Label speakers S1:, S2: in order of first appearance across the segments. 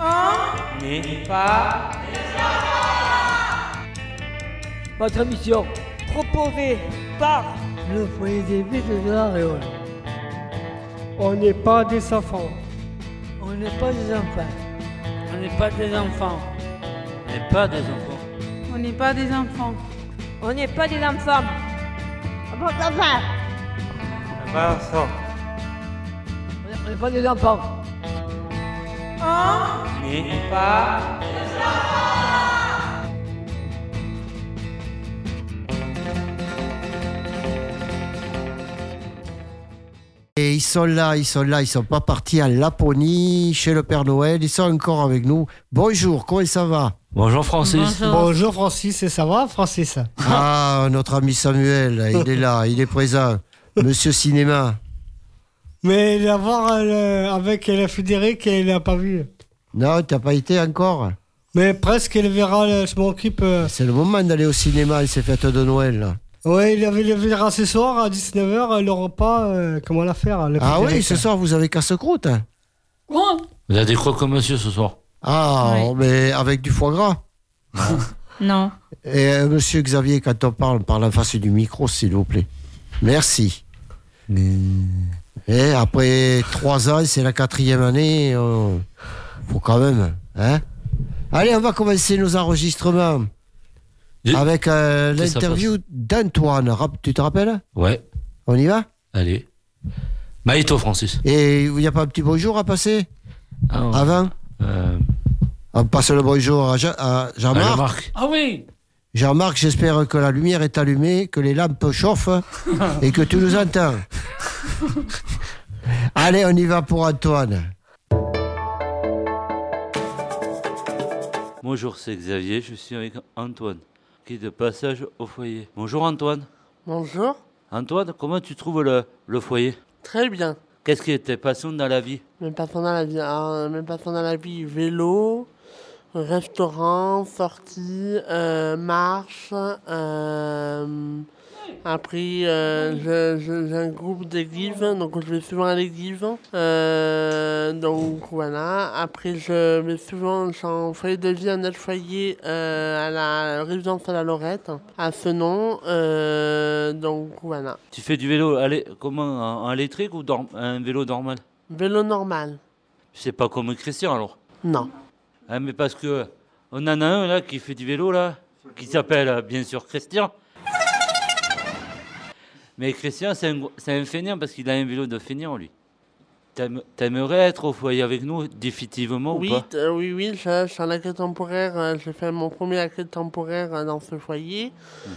S1: On n'est pas
S2: Votre émission
S1: proposé par
S2: le foyer des villes de la Réole.
S3: On n'est pas des enfants.
S2: On n'est pas des enfants.
S4: On n'est pas des enfants.
S5: On n'est pas des enfants.
S6: On n'est pas des enfants.
S7: On n'est pas des enfants. Bon, ça va.
S5: Vincent.
S2: On n'est pas des enfants.
S1: On n'est pas
S8: Et ils sont là, ils sont là, ils sont pas partis en Laponie, chez le Père Noël, ils sont encore avec nous. Bonjour, comment ça va
S9: Bonjour Francis.
S3: Bonjour Francis, et ça va Francis
S8: Ah, notre ami Samuel, il est là, il est présent. Monsieur Cinéma.
S3: Mais d'avoir euh, avec la Frédéric, elle n'a pas vu.
S8: Non, t'as pas été encore
S3: Mais presque, elle verra, euh, je m'en occupe.
S8: C'est le moment d'aller au cinéma, ces fêtes de Noël. là.
S3: Ouais, il avait- il verra ce soir à 19h, le repas, euh, comment la faire la
S8: Ah oui,
S3: Frédéric.
S8: ce soir, vous avez casse-croûte. hein
S9: Vous avez des crocs comme monsieur ce soir.
S8: Ah,
S6: Oui.
S8: mais avec du foie gras.
S6: Non.
S8: Et euh, monsieur Xavier, quand on parle, parle en face du micro, s'il vous plaît. Merci. Et après trois ans, c'est la quatrième année. euh, faut quand même. hein. Allez, on va commencer nos enregistrements
S9: Oui.
S8: avec euh,
S9: Qu'est-ce que ça
S8: l'interview d'Antoine. Rap- Tu te rappelles
S9: Ouais,
S8: On y va
S9: allez. Maïto Francis.
S8: Et il n'y a pas un petit bonjour à passer
S9: Ah,
S8: avant
S9: Euh,
S8: On passe le Ah, bonjour à, Jean- à
S9: allô,
S8: Jean-Marc.
S9: Marc.
S4: Ah oui
S8: Jean-Marc, j'espère que la lumière est allumée, que les lampes chauffent et que tu nous entends. Allez, on y va pour Antoine.
S5: Bonjour, c'est Xavier, je suis avec Antoine, qui est de passage au foyer. Bonjour Antoine.
S10: Bonjour,
S5: Antoine, comment tu trouves le, le foyer
S10: très bien.
S5: Qu'est-ce qui te passionne dans la vie
S10: Mes passants dans la vie, ah, mes passants dans la vie, vélo, restaurant, sortie, euh, marche. euh, après, euh, je- je- j'ai un groupe d'églises, donc je vais souvent à l'église. Euh, donc voilà. Après, je vais souvent, je suis en foyer de vie, un autre foyer euh, à la résidence à la Lorette, à ce nom. donc voilà.
S5: Tu fais du vélo allez, comment, en, en électrique ou dorm- un vélo normal
S10: Vélo normal
S5: C'est pas comme Christian alors
S10: Non.
S5: Ah, mais parce que on en a un là qui fait du vélo là, qui s'appelle euh, bien sûr Christian. Mais Christian, c'est un, gros- c'est un fainéant parce qu'il a un vélo de fainéant lui. T'aimes- T'aimerais être au foyer avec nous, définitivement
S10: Oui,
S5: ou pas
S10: t- euh, oui, oui, je, je suis en accueil temporaire. euh, J'ai fait mon premier accueil temporaire euh, dans ce foyer.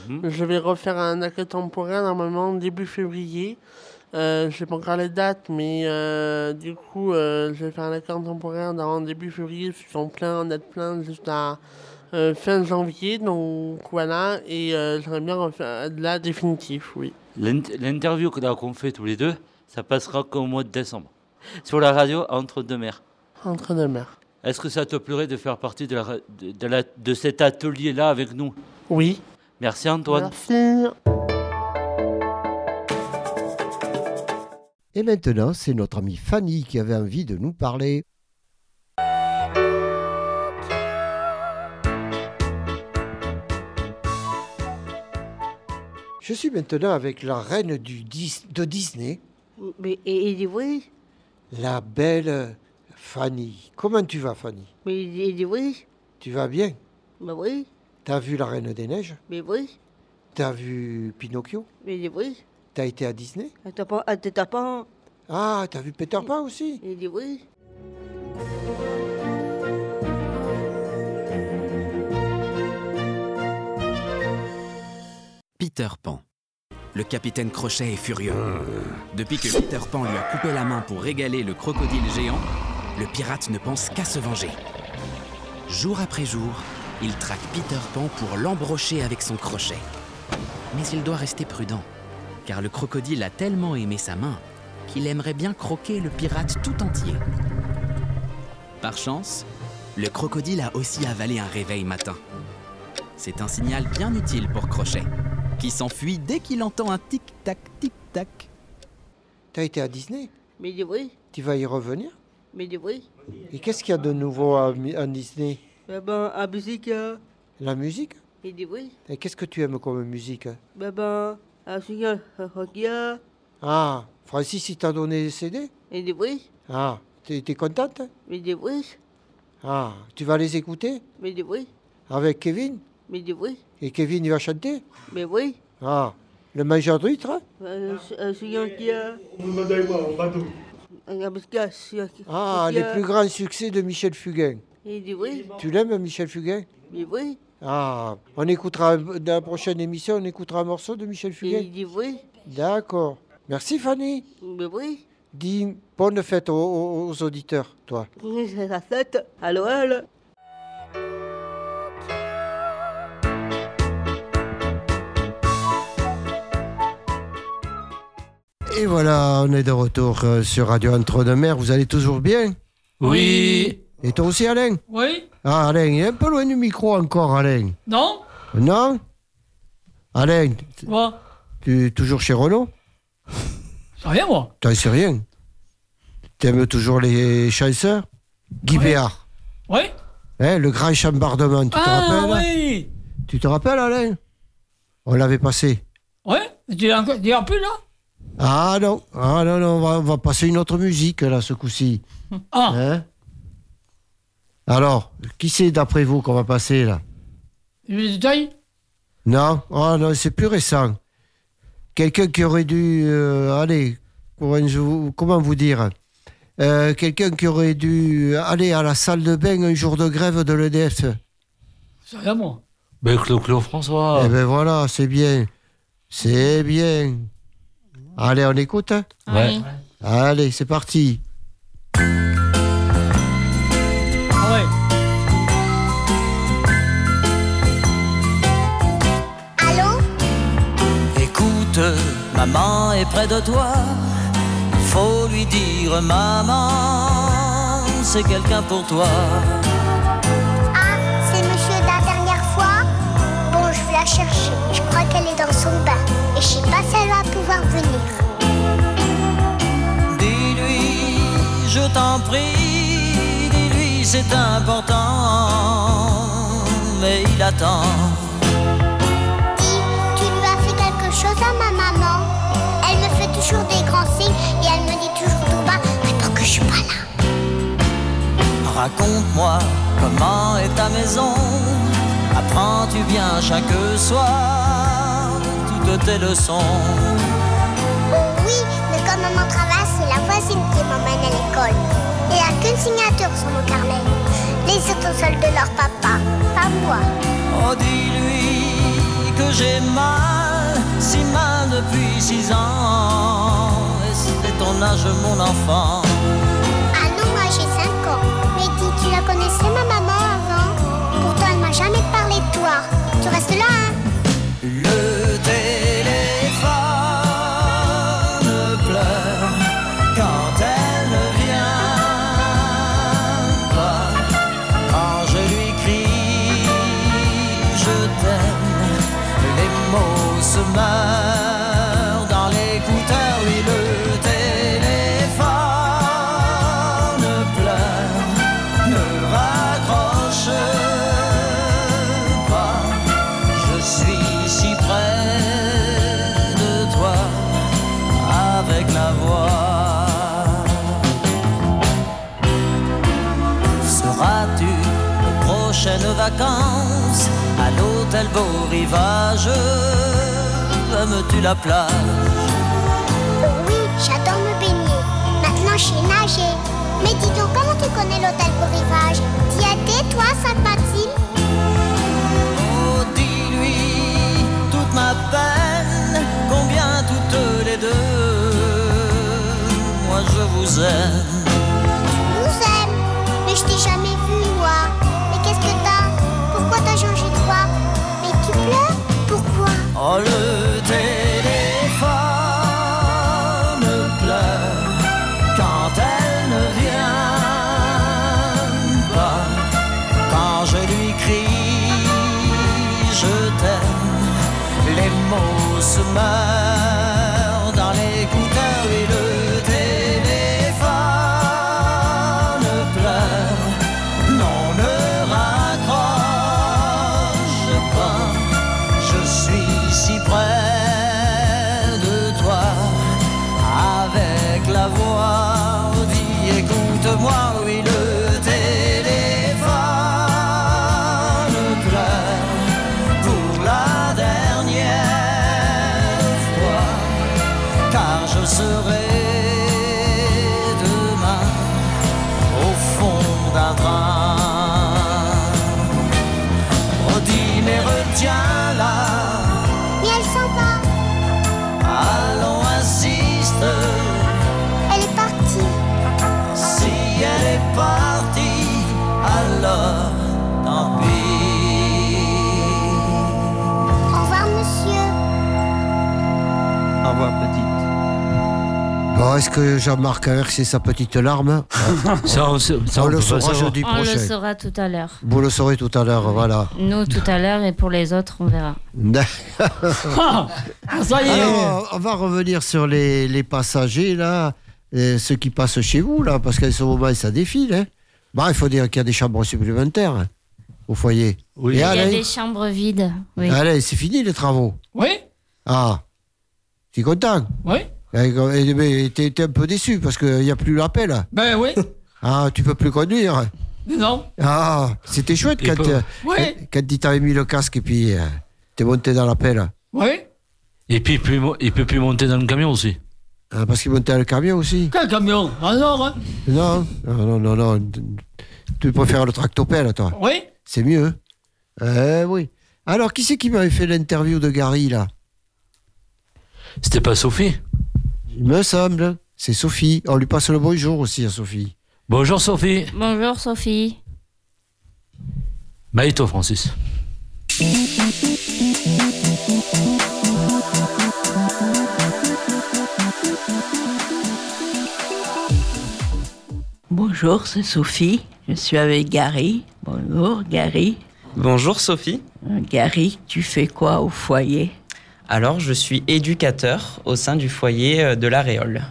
S5: Mhm.
S10: Je vais refaire un accueil temporaire normalement début février. Euh, je sais pas encore les dates, mais euh, du coup, euh, je vais faire un accueil temporaire dans début février. Ils sont pleins, en être plein jusqu'à euh, fin janvier. Donc voilà, et euh, j'aimerais bien refaire de la définitif, oui.
S5: L'int- L'interview que- là, qu'on fait tous les deux, ça passera qu'au mois de décembre. Sur la radio entre deux mers.
S10: Entre deux mers.
S5: Est-ce que ça te plairait de faire partie de, la ra- de, de la- de cet atelier-là avec nous
S10: Oui.
S5: Merci Antoine.
S10: Merci.
S8: Et maintenant, c'est notre amie Fanny qui avait envie de nous parler. Je suis maintenant avec la reine du Dis- de Disney,
S7: Mais et il dit oui.
S8: la belle Fanny. Comment tu vas, Fanny
S7: Mais il dit, il dit oui.
S8: Tu vas bien
S7: Mais oui.
S8: T'as vu la Reine des Neiges
S7: Mais oui.
S8: T'as vu Pinocchio
S7: Mais il dit oui.
S8: T'as été à Disney
S7: Elle t'a pas. Elle t'a pas. hein?
S8: Ah, t'as vu Peter Pan aussi
S7: Il dit oui.
S11: Peter Pan. Le capitaine Crochet est furieux. Depuis que Peter Pan lui a coupé la main pour régaler le crocodile géant, le pirate ne pense qu'à se venger. Jour après jour, il traque Peter Pan pour l'embrocher avec son crochet. Mais il doit rester prudent, car le crocodile a tellement aimé sa main qu'il aimerait bien croquer le pirate tout entier. Par chance, le crocodile a aussi avalé un réveil matin. C'est un signal bien utile pour Crochet, qui s'enfuit dès qu'il entend un tic-tac, tic-tac.
S8: T'as été à Disney
S7: Mais il dit oui.
S8: Tu vas y revenir
S7: Mais des oui.
S8: Et qu'est-ce qu'il y a de nouveau à, Mi- à Disney
S7: Ben, ben, à musique, euh,
S8: La musique
S7: mais des oui.
S8: Et qu'est-ce que tu aimes comme musique
S7: Ben, ben, à musique, à hockey, euh,
S8: Ah, Francis, il t'a donné les CD
S7: mais des oui.
S8: Ah, t'es t'es contente
S7: Mais des oui.
S8: Ah, tu vas les écouter
S7: Mais des oui.
S8: avec Kevin
S7: Mais des oui.
S8: Et Kevin, il va chanter
S7: Mais oui.
S8: Ah, le mangeur d'huîtres
S7: Euh, euh, c'est un qui, euh, à musique, c'est un qui-
S8: Ah,
S7: qui,
S8: les
S7: euh,
S8: plus grands succès de Michel Fugain.
S7: Mais des oui.
S8: Tu l'aimes, Michel Fugain
S7: Mais oui.
S8: Ah, on écoutera dans la prochaine émission, on écoutera un morceau de Michel Fugain.
S7: Mais des oui.
S8: D'accord. Merci Fanny.
S7: Mais oui.
S8: Dis bonne fête aux, aux- aux auditeurs, toi.
S7: C'est la fête à l'OL.
S8: Et voilà, on est de retour euh, sur Radio Entre deux Mers. Vous allez toujours bien
S2: Oui.
S8: Et toi aussi, Alain
S2: Oui
S8: Ah, Alain, il est un peu loin du micro encore, Alain.
S2: Non
S8: Non Alain,
S2: Quoi
S8: tu es toujours chez Renault
S2: C'est rien, moi.
S8: T'en sais rien. T'aimes toujours les chasseurs Guy Béard.
S2: Oui
S8: Hein, le grand chambardement, tu te
S2: Ah
S8: rappelles
S2: oui
S8: Tu te rappelles, Alain On l'avait passé.
S2: Ouais Tu l'as encore- tu l'as plus, là
S8: Ah non, ah non, non, on va, on va passer une autre musique, là, ce coup-ci.
S2: Ah
S8: Hein Alors, qui c'est, d'après vous, qu'on va passer, là
S2: Je vais détailler.
S8: Non, oh, non c'est plus récent. Quelqu'un qui aurait dû. euh, allez, comment, je vous, comment vous dire Euh, Quelqu'un qui aurait dû aller à la salle de bain un jour de grève de l'EDF.
S2: C'est rien, moi.
S5: Ben, Clo-Clo François.
S8: Eh ben voilà, c'est bien. C'est bien. Allez, on écoute hein
S5: Ouais.
S8: Allez, c'est parti.
S2: Ah ouais
S12: Écoute, maman est près de toi. Il faut lui dire, maman, c'est quelqu'un pour toi.
S13: Ah, c'est monsieur de la dernière fois Bon, je vais la chercher. Je crois qu'elle est dans son bain. Et je sais pas si elle va pouvoir venir.
S12: Dis-lui, je t'en prie, dis-lui, c'est important. Mais il attend.
S13: Tu lui as fait quelque chose à ma maman Elle me fait toujours des grands signes et elle me dit toujours tout bas Attends que je suis pas là.
S12: Raconte-moi comment est ta maison. Apprends-tu bien chaque soir toutes tes leçons?
S13: Oh oui, mais quand maman travaille, c'est la voisine qui m'emmène à l'école. Il n'y a qu'une signature sur mon carnet. Les autres seuls de leur papa, pas moi.
S12: Oh, dis-lui que j'ai mal, si mal depuis six ans. Et c'était ton âge, mon enfant.
S13: Ah non, moi j'ai 5 ans. Mais dis, tu la connaissais ma maman avant Pourtant elle m'a jamais parlé de toi. Tu restes là, hein
S12: Le téléphone pleure quand elle ne vient pas. Quand je lui crie, je t'aime, les mots se meurent dans l'écouteur. Oui, le téléphone pleure, ne raccroche pas. Je suis si près de toi avec la voix. Seras-tu aux prochaines vacances à l'hôtel Beau Rivage? Aimes-tu la plage?
S13: Oh oui, j'adore me baigner. Maintenant je sais nager. Mais dis donc, comment tu connais l'hôtel Beau Rivage T'y as été, toi, Sainte-Mathilde
S12: Oh, dis-lui toute ma peine, combien toutes les deux, moi je vous aime.
S13: nous aime. Mais je t'ai jamais vu, moi. Mais qu'est-ce que t'as Pourquoi t'as changé de voix Mais tu pleures Pourquoi
S12: Oh, le téléphone pleure quand elle ne vient pas. Quand je lui crie, je t'aime, les mots se meurent dans l'écouteur et le téléphone moi, oui, le téléphone pleure pour la dernière fois, car je serai demain au fond d'un train. Redis, mais retiens-la.
S13: Mais elle s'en va.
S12: Allons insiste
S13: Elle est partie.
S12: Si elle est partie, alors tant pis.
S13: Au revoir, monsieur.
S8: Au revoir, petite. Bon, est-ce que Jean-Marc a versé sa petite larme
S5: Ça, on sait- ça,
S8: On
S5: on
S8: le
S5: peut pas
S8: saura
S5: savoir.
S8: jeudi
S14: On le
S8: prochain.
S14: saura tout à l'heure.
S8: Vous le saurez tout à l'heure, voilà.
S14: Nous tout à l'heure et pour les autres on verra.
S2: Ah,
S14: Ah,
S2: ça y est.
S8: Alors, on va revenir sur les, les passagers, là, euh, ceux qui passent chez vous, là, parce qu'à ce moment, ça défile. Hein. Bah, il faut dire qu'il y a des chambres supplémentaires hein, au foyer.
S14: Il
S8: Et
S14: y a
S8: allez,
S14: des chambres vides. Oui.
S8: allez, c'est fini les travaux.
S2: Oui.
S8: Ah, tu es content
S2: Oui.
S8: Eh, eh, Mais t'es t'es un peu déçu parce qu'il n'y a plus l'appel.
S2: Ben oui.
S8: Ah, tu peux plus conduire.
S2: Non.
S8: Ah, c'était chouette
S2: Et
S8: quand,
S2: pas-
S8: euh,
S2: Ouais.
S8: quand- quand tu t'avais mis le casque et puis euh, t'es monté dans l'appel. Hein,
S2: Oui.
S5: Et puis, il peut, mo- il peut plus monter dans le camion aussi.
S8: Ah, parce qu'il montait dans le camion aussi.
S2: Quel camion Alors, hein.
S8: Non, non, non, non. non. Tu préfères le tractopelle, toi
S2: Oui.
S8: C'est mieux. Euh, oui. Alors, qui c'est qui m'avait fait l'interview de Gary, là
S5: C'était pas Sophie
S8: Il me semble. C'est Sophie. On lui passe le bonjour aussi à Sophie.
S5: Bonjour Sophie.
S14: Bonjour Sophie.
S5: Maïto Bah, Francis.
S15: Bonjour, c'est Sophie. Je suis avec Gary. Bonjour, Gary.
S16: Bonjour Sophie.
S15: Euh, Gary, tu fais quoi au foyer
S16: Alors, je suis éducateur au sein du foyer euh, de l'Aréole.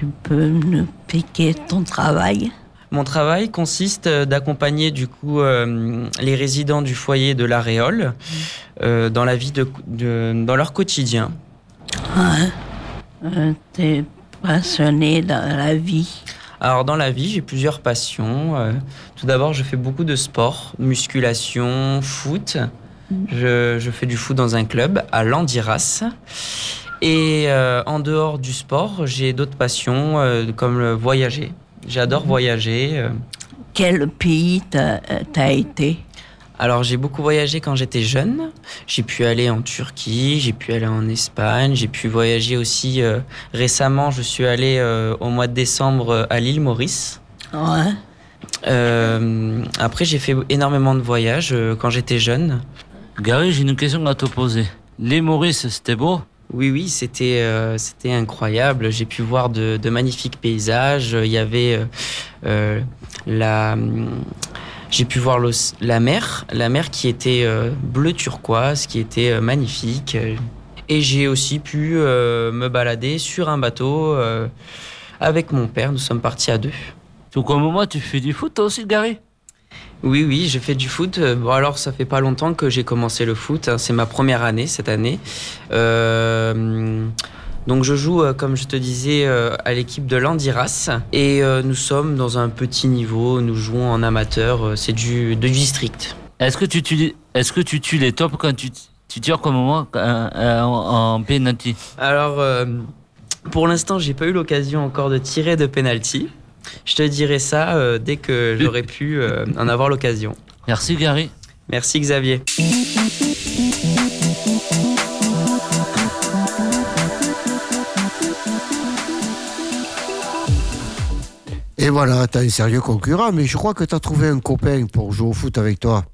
S15: Tu peux me piquer ton travail
S16: Mon travail consiste euh, d'accompagner du coup euh, les résidents du foyer de l'Aréole
S15: Mmh.
S16: euh, dans la vie de, de- dans leur quotidien.
S15: hein Euh, T'es passionné dans la vie.
S16: Alors dans la vie, j'ai plusieurs passions. Euh, tout d'abord, je fais beaucoup de sport, musculation, foot.
S15: Mm.
S16: Je, je fais du foot dans un club à Landiras. Et euh, en dehors du sport, j'ai d'autres passions euh, comme le voyager. J'adore voyager. euh.
S15: Mm. Quel pays t'as euh, t'as été
S16: Alors j'ai beaucoup voyagé quand j'étais jeune. J'ai pu aller en Turquie, j'ai pu aller en Espagne, j'ai pu voyager aussi euh, récemment. Je suis allé euh, au mois de décembre euh, à l'île Maurice.
S15: Ouais.
S16: Euh, après, j'ai fait énormément de voyages euh, quand j'étais jeune.
S5: Gary, j'ai une question à te poser. Les Maurice, c'était beau
S16: Oui, oui, c'était euh, c'était incroyable. J'ai pu voir de, de magnifiques paysages. Il y avait euh, euh, la. J'ai pu voir l'oc- la mer, la mer qui était euh, bleu turquoise, qui était euh, magnifique. Et j'ai aussi pu euh, me balader sur un bateau euh, avec mon père. Nous sommes partis à deux.
S5: Donc, au moment, tu fais du foot, toi aussi, Gary
S16: Oui, oui, j'ai fait du foot. Euh, Bon, alors, ça fait pas longtemps que j'ai commencé le foot. hein. C'est ma première année cette année. Euh, donc, je joue, euh, comme je te disais, euh, à l'équipe de l'Andiras. Et euh, nous sommes dans un petit niveau. Nous jouons en amateur. euh, C'est du, de district.
S5: Est-ce que tu tues, les- est-ce que tu tues les tops quand tu, tu tires comme moi euh, euh, en, en penalty
S16: Alors, euh, pour l'instant, j'ai pas eu l'occasion encore de tirer de penalty. Je te dirai ça euh, dès que j'aurai pu euh, en avoir l'occasion.
S5: Merci, Gary.
S16: Merci, Xavier.
S8: Et voilà, t'as un sérieux concurrent, mais je crois que t'as trouvé un copain pour jouer au foot avec toi.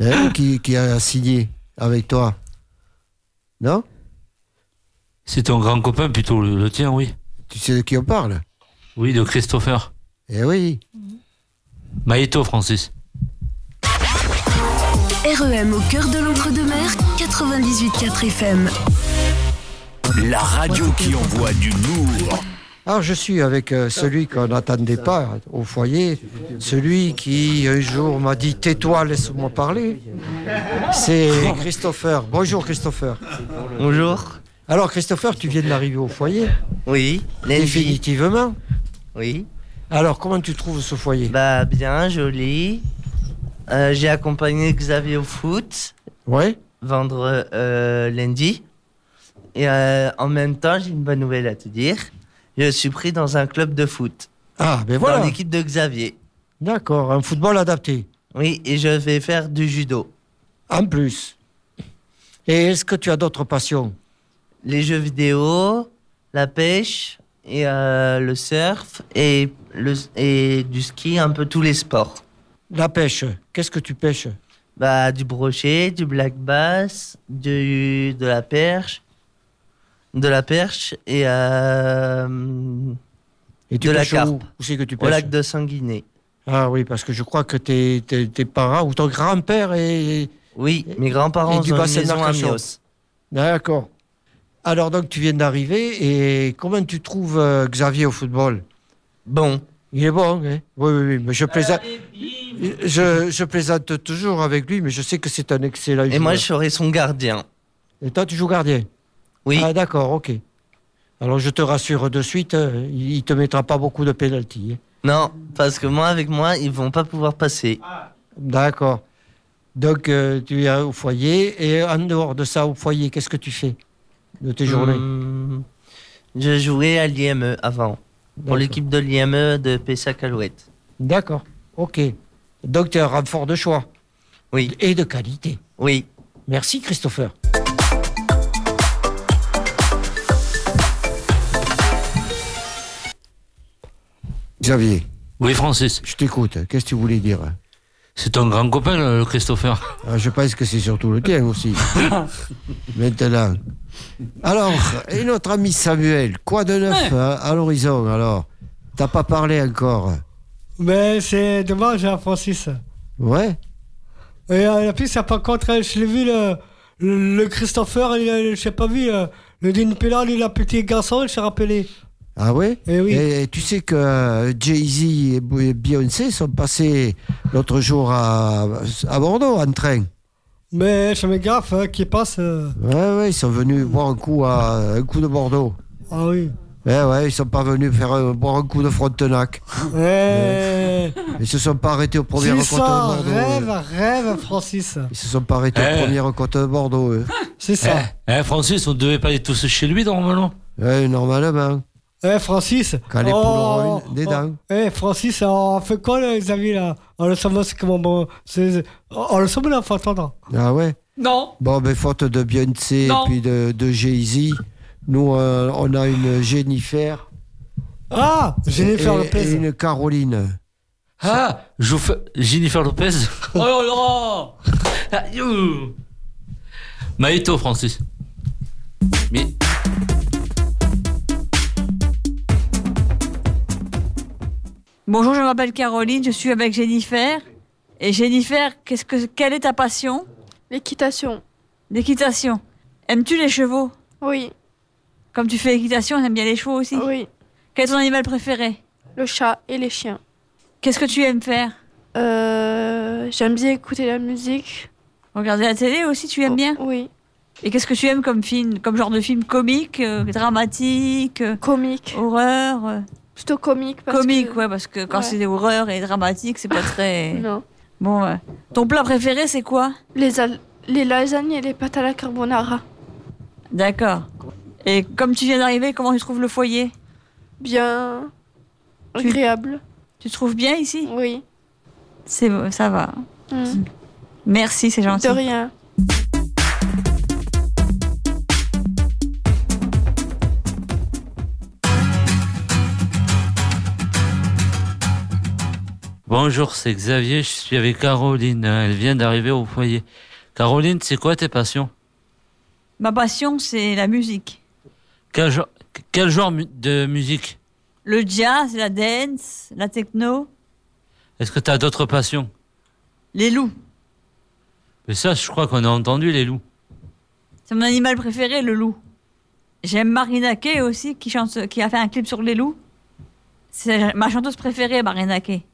S8: Hein, qui, qui a signé avec toi. Non
S5: C'est ton grand copain plutôt, le, le tien, oui.
S8: Tu sais de qui on parle
S5: Oui, de Christopher. Mmh.
S8: Eh oui.
S5: Maïto Francis.
S17: REM E au cœur de l'entre-deux-mer, 98.4 FM.
S11: La radio qui envoie du lourd.
S8: Alors, je suis avec euh, celui qu'on n'attendait pas au foyer, celui qui un jour m'a dit Tais-toi, laisse-moi parler. C'est Christopher. Bonjour, Christopher.
S18: Bonjour.
S8: Alors, Christopher, tu viens d'arriver au foyer
S18: Oui.
S8: Définitivement.
S18: Oui.
S8: Alors, comment tu trouves ce foyer
S18: Bah, bien, joli. Euh, J'ai accompagné Xavier au foot.
S8: Ouais.
S18: Vendre euh, lundi. Et euh, en même temps, j'ai une bonne nouvelle à te dire. Je suis pris dans un club de foot.
S8: Ah, ben voilà.
S18: Dans l'équipe de Xavier.
S8: D'accord, un football adapté.
S18: Oui, et je vais faire du judo.
S8: En plus. Et est-ce que tu as d'autres passions
S18: Les jeux vidéo, la pêche, et euh, le surf, et, le, et du ski, un peu tous les sports.
S8: La pêche, qu'est-ce que tu pêches
S18: Bah, du brochet, du black bass, du, de la perche, de la perche et, euh,
S8: Et tu
S18: de la
S8: pêches où
S18: carpe.
S8: Où c'est que tu
S18: Au
S8: pêches
S18: lac de Sanguiné.
S8: Ah oui, parce que je crois que tes, tes- tes parents ou ton grand-père et.
S18: Oui, mes grands-parents ont une maison à Mios.
S8: D'accord. Alors donc tu viens d'arriver et comment tu trouves euh, Xavier au football
S18: Bon.
S8: Il est bon, hein oui, oui, oui. Mais je plaisante, je, je plaisante toujours avec lui, mais je sais que c'est un excellent
S18: Et
S8: joueur.
S18: moi, je serai son gardien.
S8: Et toi, tu joues gardien
S18: Oui.
S8: Ah, d'accord, ok. Alors, je te rassure de suite, euh, il il te mettra pas beaucoup de hein. pénalty.
S18: Non, parce que moi, avec moi, ils vont pas pouvoir passer.
S8: D'accord. Donc, euh, tu es au foyer. Et en dehors de ça, au foyer, qu'est-ce que tu fais de tes journées
S18: Hum, je jouais à l'IME avant, pour
S8: D'accord.
S18: l'équipe de l'IME de Pessac Alouette.
S8: D'accord, ok. Donc, tu es un renfort de choix.
S18: Oui.
S8: Et de qualité.
S18: Oui.
S8: Merci, Christopher. Xavier.
S5: Oui, Francis.
S8: Je t'écoute. Qu'est-ce que tu voulais dire
S5: C'est ton grand copain, le Christopher.
S8: Ah, Je pense que c'est surtout le tien aussi. Maintenant. Alors, et notre ami Samuel, quoi de neuf hein, à l'horizon alors T'as pas parlé encore
S3: Mais c'est dommage, hein, Francis.
S8: Ouais
S3: Et euh, en plus, ça par contre, hein, je l'ai vu, le, le, le Christopher, il, euh, je sais pas vu, euh, le Dean Pellard, il a pété garçon, je l'ai rappelé.
S8: Ah ouais
S3: Eh oui.
S8: Et tu sais que euh, Jay-Z et B- et Beyoncé sont passés l'autre jour à, à Bordeaux en train.
S3: Mais je me gaffe, hein, qui passe. euh,
S8: Ouais, ouais, ils sont venus boire un coup, à, un coup de Bordeaux.
S3: Ah oui.
S8: Ouais, ouais, ils sont pas venus faire un- boire un coup de Frontenac.
S3: Ouais.
S8: Ils se sont pas arrêtés au premier
S3: C'est
S8: rencontre
S3: Eh. ça,
S8: de Bordeaux.
S3: rêve,
S8: eux.
S3: rêve, Francis.
S8: Ils se sont pas arrêtés
S5: Eh.
S8: au premier rencontre de Bordeaux. eux.
S3: C'est ça.
S5: Eh, eh, Francis, on devait pas aller tous chez lui, normalement.
S8: Eh. Ouais, normalement.
S3: Eh, Francis.
S8: Quand les poules auront une- des dents.
S3: Eh, Francis, on fait quoi, là, les amis, là On le somme, c'est comment bon, c'est- On on le somme, là, faut attendre.
S8: Ah ouais
S2: Non.
S8: Bon, ben, faute de Beyoncé
S3: Non.
S8: et puis de, de Jay-Z, nous, euh, on a une Jennifer.
S3: Ah
S5: Jennifer
S8: et,
S5: Lopez.
S8: Et une Caroline.
S5: Ah, je vous fais- Jennifer Lopez. Oh là là Ah, you. Maïto, Bah, Francis. Mais
S19: Bonjour, je m'appelle Caroline, je suis avec Jennifer. Et Jennifer, qu'est-ce que, quelle est ta passion L'équitation. L'équitation. Aimes-tu les chevaux Oui. Comme tu fais équitation, t'aimes bien les chevaux aussi Oui. Quel est ton animal préféré Le chat et les chiens. Qu'est-ce que tu aimes faire Euh, J'aime bien écouter la musique. Regarder la télé aussi, tu aimes bien Oui. Et qu'est-ce que tu aimes comme film, comme genre de film comique, euh, dramatique, comique, horreur Plutôt comique.
S20: parce
S19: comique,
S20: que-
S19: ouais, parce que quand
S20: Ouais.
S19: c'est des horreurs et dramatique, c'est pas très.
S20: Non.
S19: Bon, ouais. ton plat préféré, c'est quoi
S20: Les, al- les lasagnes et les pâtes à la carbonara.
S19: D'accord. Et comme tu viens d'arriver, comment tu trouves le foyer
S20: Bien.
S19: Tu-
S20: agréable.
S19: Tu trouves bien ici Hmm.
S20: Oui.
S19: C'est ça va.
S20: Mm.
S19: Merci, c'est gentil.
S20: De rien.
S5: Bonjour, c'est Xavier, je suis avec Caroline. Elle vient d'arriver au foyer. Caroline, c'est quoi tes passions
S19: Ma passion, c'est la musique.
S5: quel genre, quel genre mu- de musique
S19: Le jazz, la dance, la techno,
S5: Est-ce que tu as d'autres passions
S19: les loups.
S5: Mais ça, je crois qu'on a entendu les loups.
S19: C'est mon animal préféré, le loup. J'aime Marina Kay aussi, qui, chante, qui a fait un clip sur les loups. C'est ma chanteuse préférée, Marina Kay.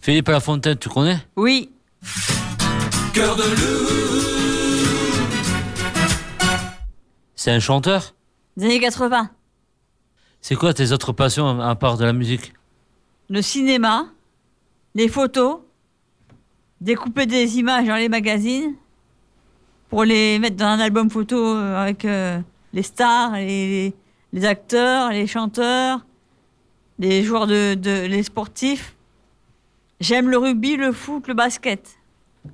S5: Philippe Lafontaine, tu connais
S19: Oui.
S11: Cœur de
S5: C'est un chanteur
S19: Des années 80.
S5: C'est quoi tes autres passions à part de la musique
S19: le cinéma, les photos, découper des images dans les magazines pour les mettre dans un album photo euh, avec euh, les stars, les, les acteurs, les chanteurs, les joueurs de, de- les sportifs. J'aime le rugby, le foot, le basket.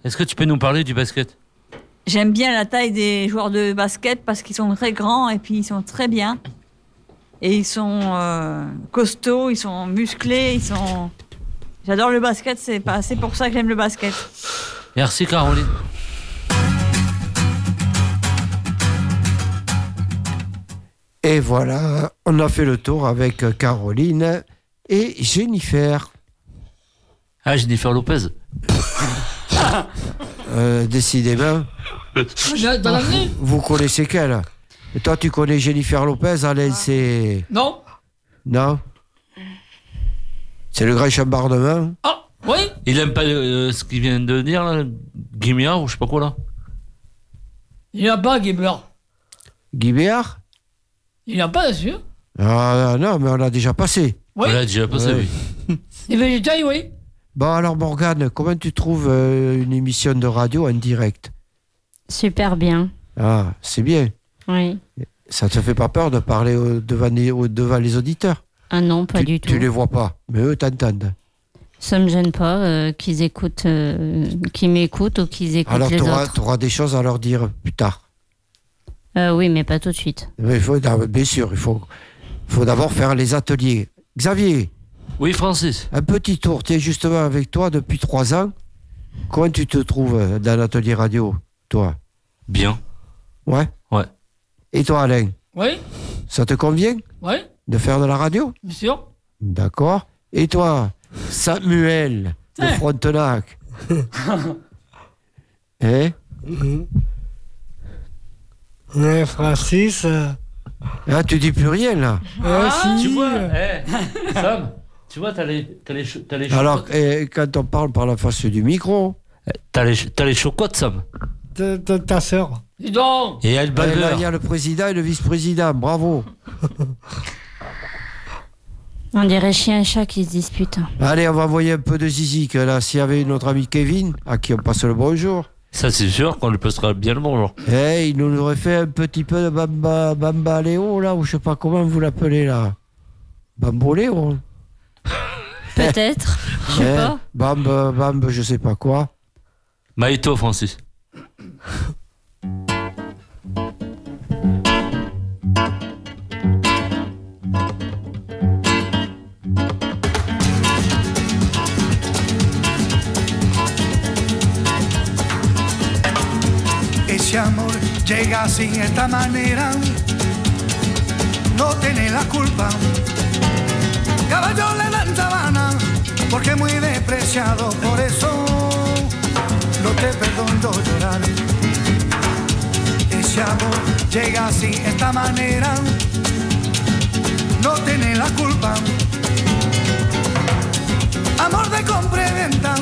S5: Est-ce que tu peux nous parler du basket
S19: J'aime bien la taille des joueurs de basket parce qu'ils sont très grands et puis ils sont très bien. Et ils sont euh, costauds, ils sont musclés, ils sont. J'adore le basket, c'est pas- c'est pour ça que j'aime le basket.
S5: Merci Caroline.
S8: Et voilà, on a fait le tour avec Caroline et Jennifer.
S5: Ah, Jennifer Lopez.
S8: Euh, décidément,
S2: J'ai- dans l'année
S8: vous connaissez qu'elle. Et toi, tu connais Jennifer Lopez, Alain, c'est...
S2: Non
S8: Non C'est le grand chambardement
S2: Oui
S5: Il aime pas euh, ce qu'il vient de dire, là, Guimard ou je sais pas quoi là.
S2: Il n'y a pas, Guy Blanc.
S8: Guy Béard
S2: Il n'y a pas, sûr.
S8: Ah non, mais on l'a déjà passé.
S2: Oui. On l'a
S5: déjà
S2: passé, oui. Les végétariens, oui.
S8: Bon, alors Morgane, comment tu trouves euh, une émission de radio en direct
S9: Super bien.
S8: Ah, c'est bien.
S9: Oui.
S8: Ça te fait pas peur de parler au- devant, les, au- devant les auditeurs
S9: Ah non, pas
S8: tu,
S9: du
S8: Tu
S9: tout.
S8: les vois pas, mais eux t'entendent.
S9: Ça me gêne pas euh, qu'ils écoutent, euh, qu'ils m'écoutent ou qu'ils écoutent
S8: Alors
S9: les
S8: tu auras,
S9: autres.
S8: des choses à leur dire plus tard.
S9: Euh, oui, mais pas tout de suite.
S8: Mais il faut, d'ab- bien sûr, il faut, faut d'abord faire les ateliers. Xavier
S5: Oui, Francis
S8: Un petit tour, tu es justement avec toi depuis trois ans. Comment tu te trouves euh, dans l'atelier radio, toi
S5: Bien.
S8: Ouais
S5: Ouais.
S8: Et toi, Alain
S2: Oui,
S8: Ça te convient
S2: oui,
S8: de faire de la radio
S2: bien sûr.
S8: D'accord. Et toi, Samuel de
S3: Eh.
S2: Ouais.
S8: Frontenac Hein
S3: Mm-hmm. Ouais, Francis. euh,
S8: Ah, tu dis plus rien là
S5: Ah, tu vois, eh, Sam, tu vois, t'as les, t'as les, cho- t'as les
S8: Alors,
S5: chocottes.
S8: eh, quand on parle par la face du micro.
S5: T'as les, t'as les chocottes, Sam.
S3: de, de ta sœur.
S2: Dis donc
S5: Et elle
S8: Eh, là,
S5: bagarre.
S8: Il y a le président et le vice-président, bravo.
S9: On dirait chien et chat qui se disputent.
S8: Allez, on va envoyer un peu de zizik là. S'il y avait notre ami Kevin, à qui on passe le bonjour,
S5: Ça, c'est sûr qu'on lui passera bien le bonjour.
S8: eh, il nous aurait fait un petit peu de bamba, bamba Léo là, ou je sais pas comment vous l'appelez là. Bamboléo
S9: Peut-être. Je sais
S8: Eh,
S9: pas.
S8: Bambe, bambe, je sais pas quoi.
S5: Maïto, Francis.
S21: Ese amor llega sin esta manera, no tiene la culpa. Caballo le dan sabana, porque es muy despreciado, por eso no te perdono llorar. Ese amor llega sin esta manera, no tiene la culpa. Amor de compra y venta,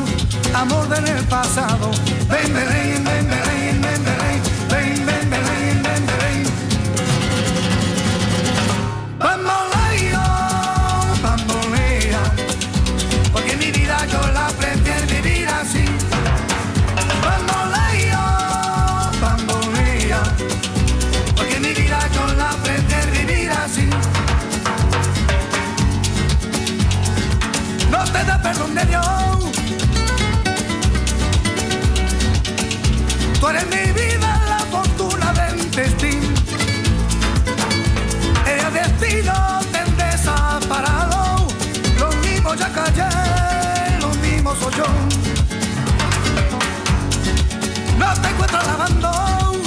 S21: amor del el pasado. Ven, ven, ven, ven, ven, ven, ven, ven, ven, ven, ven, ven, ven. Bamboleo, bambolea, porque mi vida yo la prefiero vivir así. Bamboleo, bambolea, porque mi vida yo la prefiero vivir así. no te da perdón de Dios. Tú eres mi vida, la fortuna del destino. El destino te ha desamparado. Lo mismo ya callé, lo mismo soy yo. No te encuentro lavando.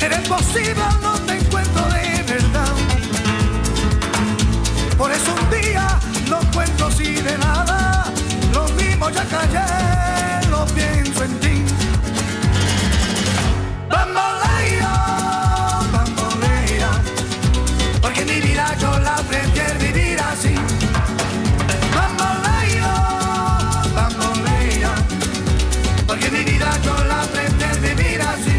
S21: Eres posible, no te encuentro de verdad. Por eso un día no cuento si de nada, lo mismo ya callé, lo pienso en ti. Bambolea, bambolea, porque mi vida yo la prefiero vivir así. Bambolea, bambolea, porque mi vida yo la prefiero vivir así.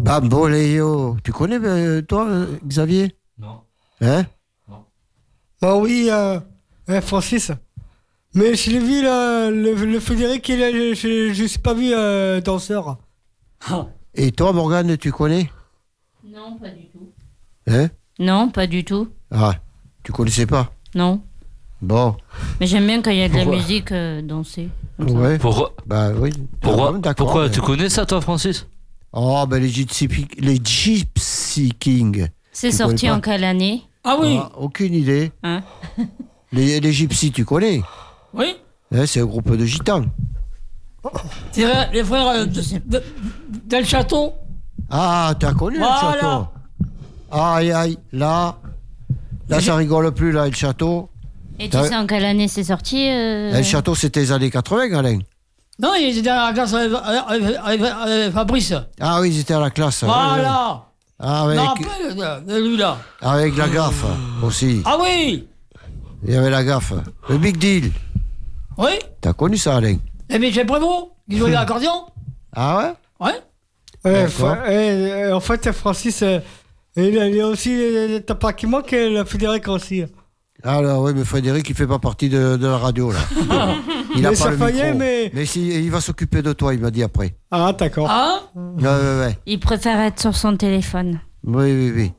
S8: Bamboléo. Tu connais, euh, toi, euh, Xavier
S5: Non.
S8: Hein
S3: Bah oui, euh, ouais, Francis. Mais je l'ai vu, là, le, le Frédéric, il, est- je ne suis pas vu euh, danseur.
S2: Ah.
S8: Et toi, Morgane, tu connais
S14: Non, pas du tout.
S8: Hein
S14: Non, pas du tout.
S8: Ah, tu connaissais pas
S14: Non.
S8: Bon,
S14: Mais j'aime bien quand il y a de la
S8: Pourquoi
S14: musique euh, dansée.
S8: ouais.
S5: Pourquoi
S8: Bah oui.
S5: Pourquoi-
S8: Ah, d'accord,
S5: pourquoi
S8: mais-
S5: tu connais ça, toi, Francis
S8: Oh, ben les Gypsy, Pi- les Gypsy Kings.
S14: C'est
S8: Tu
S14: sorti
S8: connais pas
S14: en quelle année
S2: Ah oui
S8: Ah, Aucune idée.
S14: Hein
S8: Les, les Gypsy, tu connais
S2: Oui.
S8: Hein, C'est un groupe de gitans.
S2: C'est vrai, les frères euh, de- de- Del Château.
S8: Ah, t'as connu
S2: Voilà.
S8: le château Aïe, aïe, là. Là, ça rigole plus, là, le château.
S14: Et tu
S8: T'as-
S14: sais en quelle année c'est sorti euh
S8: Le château, c'était les années 80, Alain.
S2: Non, il était dans la euh, classe avec, avec- avec- avec euh, Fabrice.
S8: Ah oui, ils étaient à la classe.
S2: Voilà.
S8: Ah, Avec,
S2: Non, après, de, de lui là.
S8: avec la gaffe aussi.
S2: Ah oui
S8: Il y avait la gaffe. Le Big Deal.
S2: Oui
S8: T'as connu ça, Alain
S2: Et Eh, Michel Prévost, qui jouait à l'accordéon.
S8: Ah
S2: Ouais
S3: ouais Ouais,
S8: D'accord.
S3: fa- ouais, euh, Eh, En fait, Francis, euh, il, il y a aussi. euh, T'as pas qui manque, euh, le Frédéric aussi.
S8: Alors, oui, Ah, mais Frédéric, il fait pas partie de, de la radio, là. Il a pas
S3: Mais ça
S8: le
S3: faillait,
S8: micro.
S3: mais-
S8: si, il va s'occuper de toi, il m'a dit après.
S3: Ah, d'accord.
S2: Ah
S8: Ouais, ouais, ouais.
S14: Il préfère être sur son téléphone.
S8: Oui, oui, oui.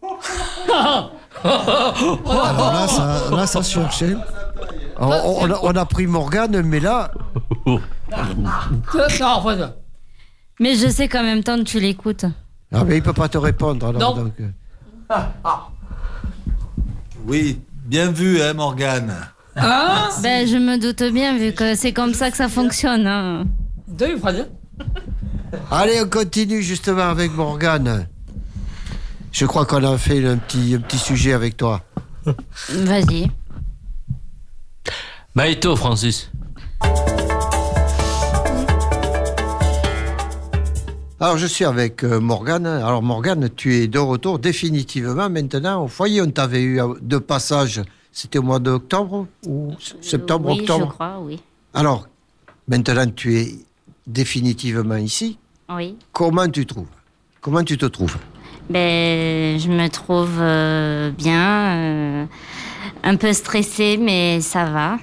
S8: Alors là, ça, là, ça surchaîne. On, on- on a, on a pris Morgane, mais là.
S2: Non, Fred.
S14: Mais je sais qu'en même temps tu l'écoutes.
S8: Ah, mais il peut pas te répondre. alors,
S14: Non.
S8: donc, euh.
S12: Oui, bien vu, hein, Morgane.
S3: Ah.
S14: ben, je me doute bien vu que c'est comme ça que ça fonctionne. hein.
S2: Deux, Fred.
S8: Allez, on continue justement avec Morgane. Je crois qu'on a fait un petit, un petit sujet avec toi.
S14: Vas-y.
S5: Maïto, Francis.
S8: Alors, je suis avec euh, Morgane. Alors, Morgane, tu es de retour définitivement maintenant au foyer. On t'avait eu euh, de passage, c'était au mois d'octobre ou s- septembre,
S14: Euh, oui,
S8: octobre
S14: je crois, oui.
S8: Alors, maintenant, tu es définitivement ici.
S14: Oui.
S8: Comment tu trouves Comment tu te trouves
S14: Ben, je me trouve euh, bien, euh, un peu stressée, mais ça va.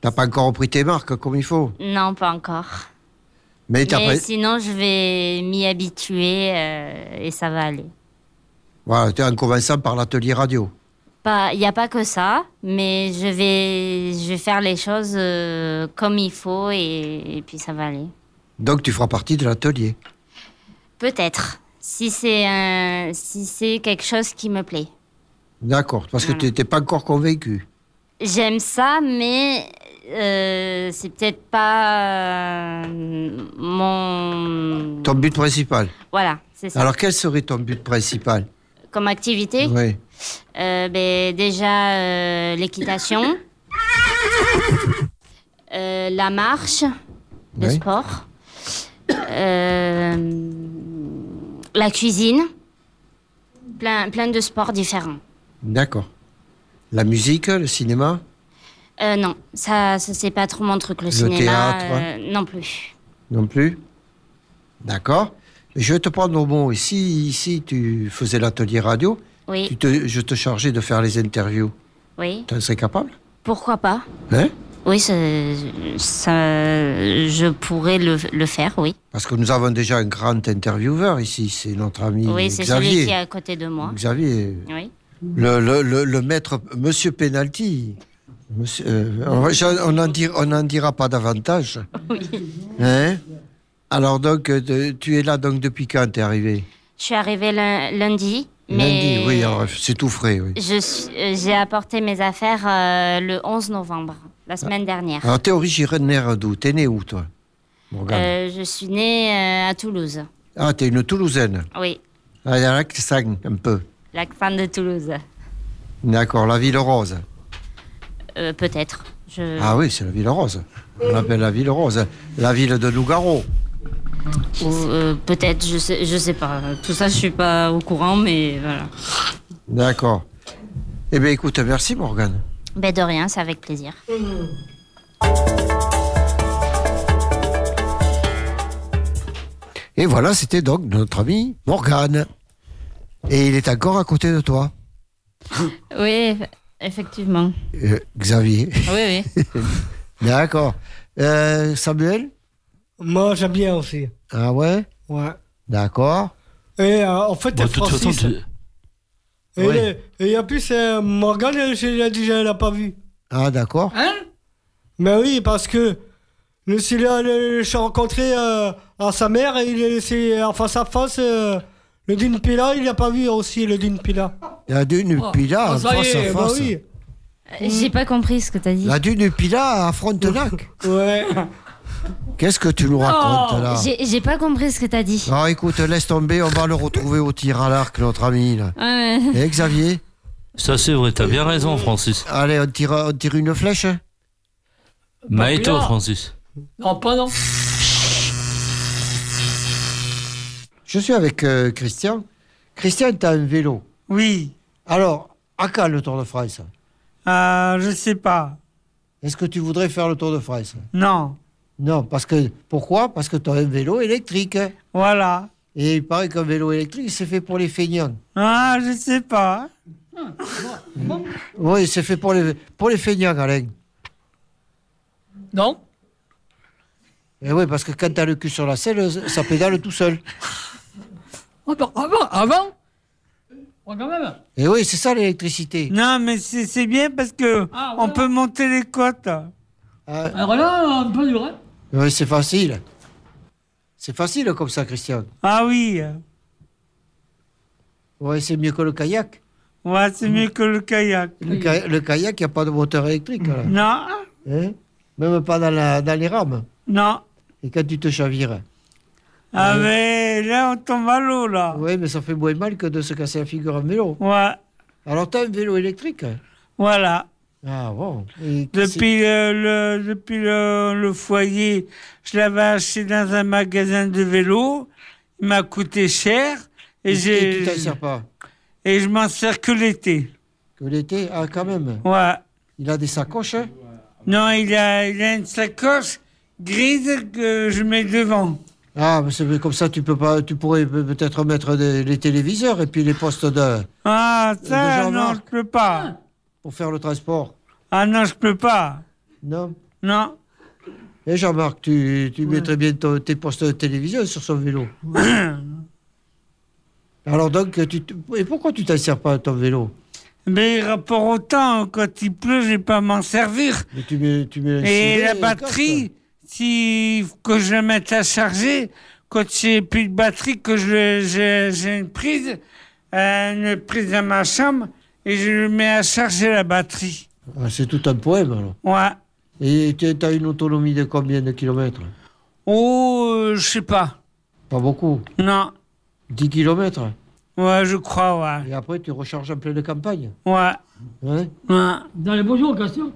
S8: T'as pas encore repris tes marques comme il faut.
S14: Non, pas encore.
S8: Mais t'as
S14: Mais
S8: pris-
S14: sinon, je vais m'y habituer euh, et ça va aller.
S8: Voilà, t'es en commençant par l'atelier radio.
S14: Pas- Il n'y a pas que ça, mais je vais, je vais faire les choses euh, comme il faut et, et puis ça va aller.
S8: Donc, tu feras partie de l'atelier.
S14: Peut-être, si c'est un- si c'est quelque chose qui me plaît.
S8: D'accord, parce que
S14: Voilà.
S8: tu t'es pas encore convaincu.
S14: J'aime ça, mais euh, c'est peut-être pas euh, mon.
S8: Ton but principal.
S14: Voilà, c'est ça.
S8: Alors, quel serait ton but principal
S14: Comme activité,
S8: Oui.
S14: euh, ben, déjà euh, l'équitation, euh, la marche, le
S8: Oui.
S14: sport, euh, la cuisine, plein, plein de sports différents.
S8: D'accord. La musique, le cinéma
S14: Euh, non, ça, ça, c'est pas trop mon truc, le,
S8: Le
S14: cinéma.
S8: théâtre, hein.
S14: euh, non plus.
S8: Non plus D'accord. Je vais te prendre au mot. Si, si tu faisais l'atelier radio,
S14: Oui,
S8: tu te- je te chargeais de faire les interviews.
S14: oui.
S8: Tu en serais capable
S14: Pourquoi pas
S8: Hein
S14: Oui, ça, ça- je pourrais le, le faire, oui.
S8: Parce que nous avons déjà un grand intervieweur ici. C'est notre ami
S14: Oui, c'est celui
S8: Xavier.
S14: qui est à côté de moi.
S8: Xavier,
S14: Oui.
S8: le, le, le, le maître, Monsieur Penalty. Monsieur, euh, on va- on n'en dira, on en dira pas davantage. Hein Alors donc, euh, te- tu es là donc depuis quand t'es arrivé
S14: Je suis arrivée lun- lundi, mais
S8: Lundi, oui, alors, c'est tout frais, oui.
S14: je suis- euh, j'ai apporté mes affaires euh, le 11 novembre, la semaine dernière.
S8: Alors, Ah. t'es originaire d'où T'es né où, toi Morgane
S14: Euh, je suis née euh, à Toulouse.
S8: Ah, t'es une Toulousaine.
S14: Oui,
S8: Ah, il y a l'accent, un peu.
S14: l'accent de Toulouse.
S8: D'accord, la Ville Rose.
S14: Euh, Peut-être. Je-
S8: Ah oui, c'est la Ville Rose. On l'appelle la Ville Rose. La ville de Lougaro.
S14: ou, euh, Peut-être, je sais, je sais pas. Tout ça, je suis pas au courant, mais voilà.
S8: D'accord. Eh bien, écoute, merci, Morgane.
S14: Ben de rien, c'est avec plaisir.
S8: Et voilà, c'était donc notre ami Morgane. Et il est encore à côté de toi,
S14: Oui, effectivement.
S8: euh, Xavier.
S14: Oui, Ah oui.
S8: D'accord. Euh, Samuel
S3: Moi, j'aime bien aussi.
S8: Ah ouais
S3: Ouais.
S8: D'accord.
S3: Et euh, en fait,
S5: Bon, de toute
S3: Francis.
S5: façon, tu-
S3: Et,
S8: Ouais.
S3: et, et en plus, euh, Morgane, elle, je l'ai déjà, elle l'a pas vu.
S8: Ah d'accord.
S3: Hein Mais oui, parce que le Sylvain, le- je suis rencontré euh, à sa mère et il est laissé en face à face. euh, le Din Pila, il l'a pas vu aussi, le Din Pila.
S8: La dune
S3: Oh,
S8: Pila
S3: oh, ça y
S8: face à
S3: est, bah
S8: face.
S3: oui.
S14: Euh, J'ai pas compris ce que t'as dit.
S8: La dune Pila à Frontenac.
S3: ouais.
S8: Qu'est-ce que
S3: Oh.
S8: tu nous racontes là
S14: Oh, J'ai j'ai pas compris ce que t'as dit.
S8: Ah écoute, laisse tomber, on va le retrouver au tir à l'arc, notre ami là.
S14: Ouais.
S8: Et Eh, Xavier
S5: Ça, c'est vrai, t'as bien raison, Francis.
S8: Allez, on tire, on tire une flèche hein
S5: Maëto,
S2: là.
S5: Francis.
S2: Non, pas non.
S8: Je suis avec euh, Christian. Christian, tu as un vélo.
S1: Oui.
S8: Alors, à quand le Tour de France
S1: Euh, je sais pas.
S8: Est-ce que tu voudrais faire le Tour de France
S1: Non.
S8: Non, parce que pourquoi Parce que tu as un vélo électrique.
S1: Voilà.
S8: Et il paraît qu'un vélo électrique, c'est fait pour les feignants.
S1: Ah, je sais pas.
S8: Oui, c'est fait pour les, pour les feignants, Alain.
S2: Non
S8: Et Eh oui, parce que quand tu as le cul sur la selle, ça pédale tout seul.
S2: Attends, avant, avant Oh, ah, bah. quand même
S8: Et Eh oui, c'est ça l'électricité.
S1: Non, mais c'est c'est bien parce que
S2: Ah,
S1: on
S2: voilà. Ah,
S1: peut monter les côtes.
S8: Ah.
S2: Alors là, un peu dur, hein
S8: Oui, c'est facile. C'est facile comme ça, Christian.
S1: Ah oui.
S8: Oui, c'est mieux que le kayak.
S1: Ouais, c'est mieux que le kayak.
S8: Le, ka- le kayak, il n'y a pas de moteur électrique. Là.
S1: Non,
S8: Hein Même pas dans, la- dans les rames.
S1: non.
S8: Et quand tu te chavires.
S1: Ah mais là, on tombe à l'eau, là.
S8: Oui, mais ça fait moins mal que de se casser la figure en vélo.
S1: Ouais,
S8: Alors, tu as un vélo électrique
S1: voilà.
S8: Ah bon Et
S1: Depuis, euh, le, le- depuis le, le foyer, je l'avais acheté dans un magasin de vélo. Il m'a coûté cher. Et,
S8: Et
S1: j'ai-
S8: tu t'en sers pas
S1: Et je m'en sers que l'été.
S8: Que l'été Ah, quand même.
S1: Ouais.
S8: Il a des sacoches hein
S1: Non, il a, il a une sacoche grise que je mets devant.
S8: Ah, mais c'est- mais comme ça, tu, peux pas, tu pourrais pe- peut-être mettre des- les téléviseurs et puis les postes de,
S1: Ah, ça, non,
S8: Jean-Marc.
S1: je peux pas.
S8: pour faire le transport.
S1: Ah non, je peux pas.
S8: Non
S1: Non.
S8: Et Eh, Jean-Marc, tu, tu mettrais bien ton- tes postes de télévision sur son vélo. Alors donc, tu, te- et pourquoi tu t'en sers pas ton vélo
S1: Mais rapport au temps, quand il pleut, je vais pas m'en servir.
S8: Mais tu mets, tu mets un
S1: Et
S8: filet
S1: la
S8: le
S1: batterie, si que je la mette à charger, quand j'ai plus de batterie, que je- je- j'ai une prise, euh, une prise dans ma chambre, et je le mets à charger la batterie.
S8: casque. Ah, c'est tout un poème alors.
S1: Ouais.
S8: Et tu as une autonomie de combien de kilomètres
S1: Oh, euh, je sais pas.
S8: Pas beaucoup.
S1: Non.
S8: 10 kilomètres.
S1: Ouais, je crois, ouais.
S8: Et après, tu recharges en pleine campagne.
S1: Ouais.
S8: Hein
S1: ouais.
S2: Dans les beaux jours, Christian.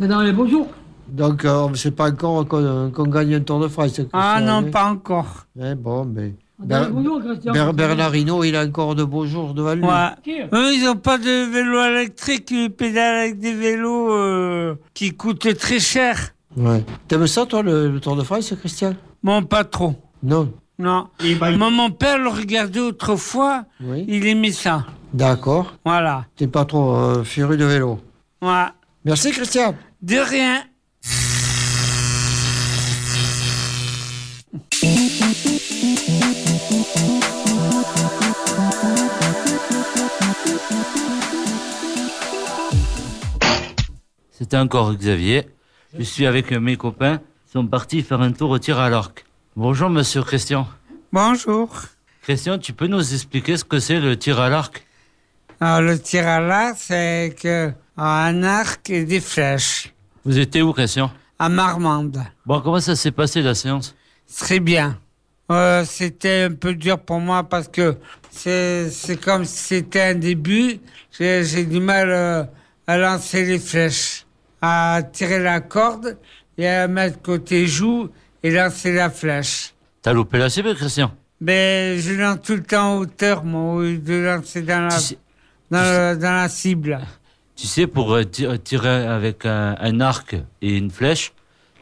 S2: C'est dans les beaux jours.
S8: Donc, euh, on ne sait pas encore qu'on qu'on gagne un Tour de France. que
S1: Ah
S8: ça,
S1: non,
S8: hein.
S1: pas encore.
S8: Eh, bon, mais.
S1: Ah, ben,
S2: Dans les
S8: Ber-
S2: beaux jours, Christian.
S8: Ber- Bernard Hinault, il a encore de beaux jours devant lui.
S1: Ouais. Eux, ils n'ont pas de vélo électrique, ils pédalent avec des vélos euh, qui coûtent très cher.
S8: Ouais. T'aimes ça, toi, le, le Tour de France, Christian
S1: Bon, pas trop.
S8: Non.
S1: Non. Moi, mon père le regardait autrefois,
S8: Oui.
S1: il aimait ça.
S8: D'accord.
S1: Voilà.
S8: T'es pas trop euh, furieux de vélo.
S1: Ouais.
S8: Merci, Christian.
S1: De rien. C'était
S5: encore Xavier. Je suis avec mes copains. Ils sont partis faire un tour au tir à l'arc. Bonjour, monsieur Christian.
S1: Bonjour.
S5: Christian, tu peux nous expliquer ce que c'est le tir à l'arc
S1: Alors, Ah, le tir à l'arc, c'est que un arc et des flèches.
S5: Vous étiez où, Christian
S1: À Marmande.
S5: Bon, comment ça s'est passé la séance
S1: Très bien. Euh, c'était un peu dur pour moi parce que c'est c'est comme si c'était un début. J'ai j'ai du mal euh, à lancer les flèches, à tirer la corde et à mettre côté joue et lancer la flèche.
S5: T'as loupé la cible, Christian
S1: Mais je lance tout le temps en hauteur, moi, au lieu de lancer dans la, dans le- dans la cible.
S5: Tu sais, pour euh, ti- euh, tirer avec un, un arc et une flèche,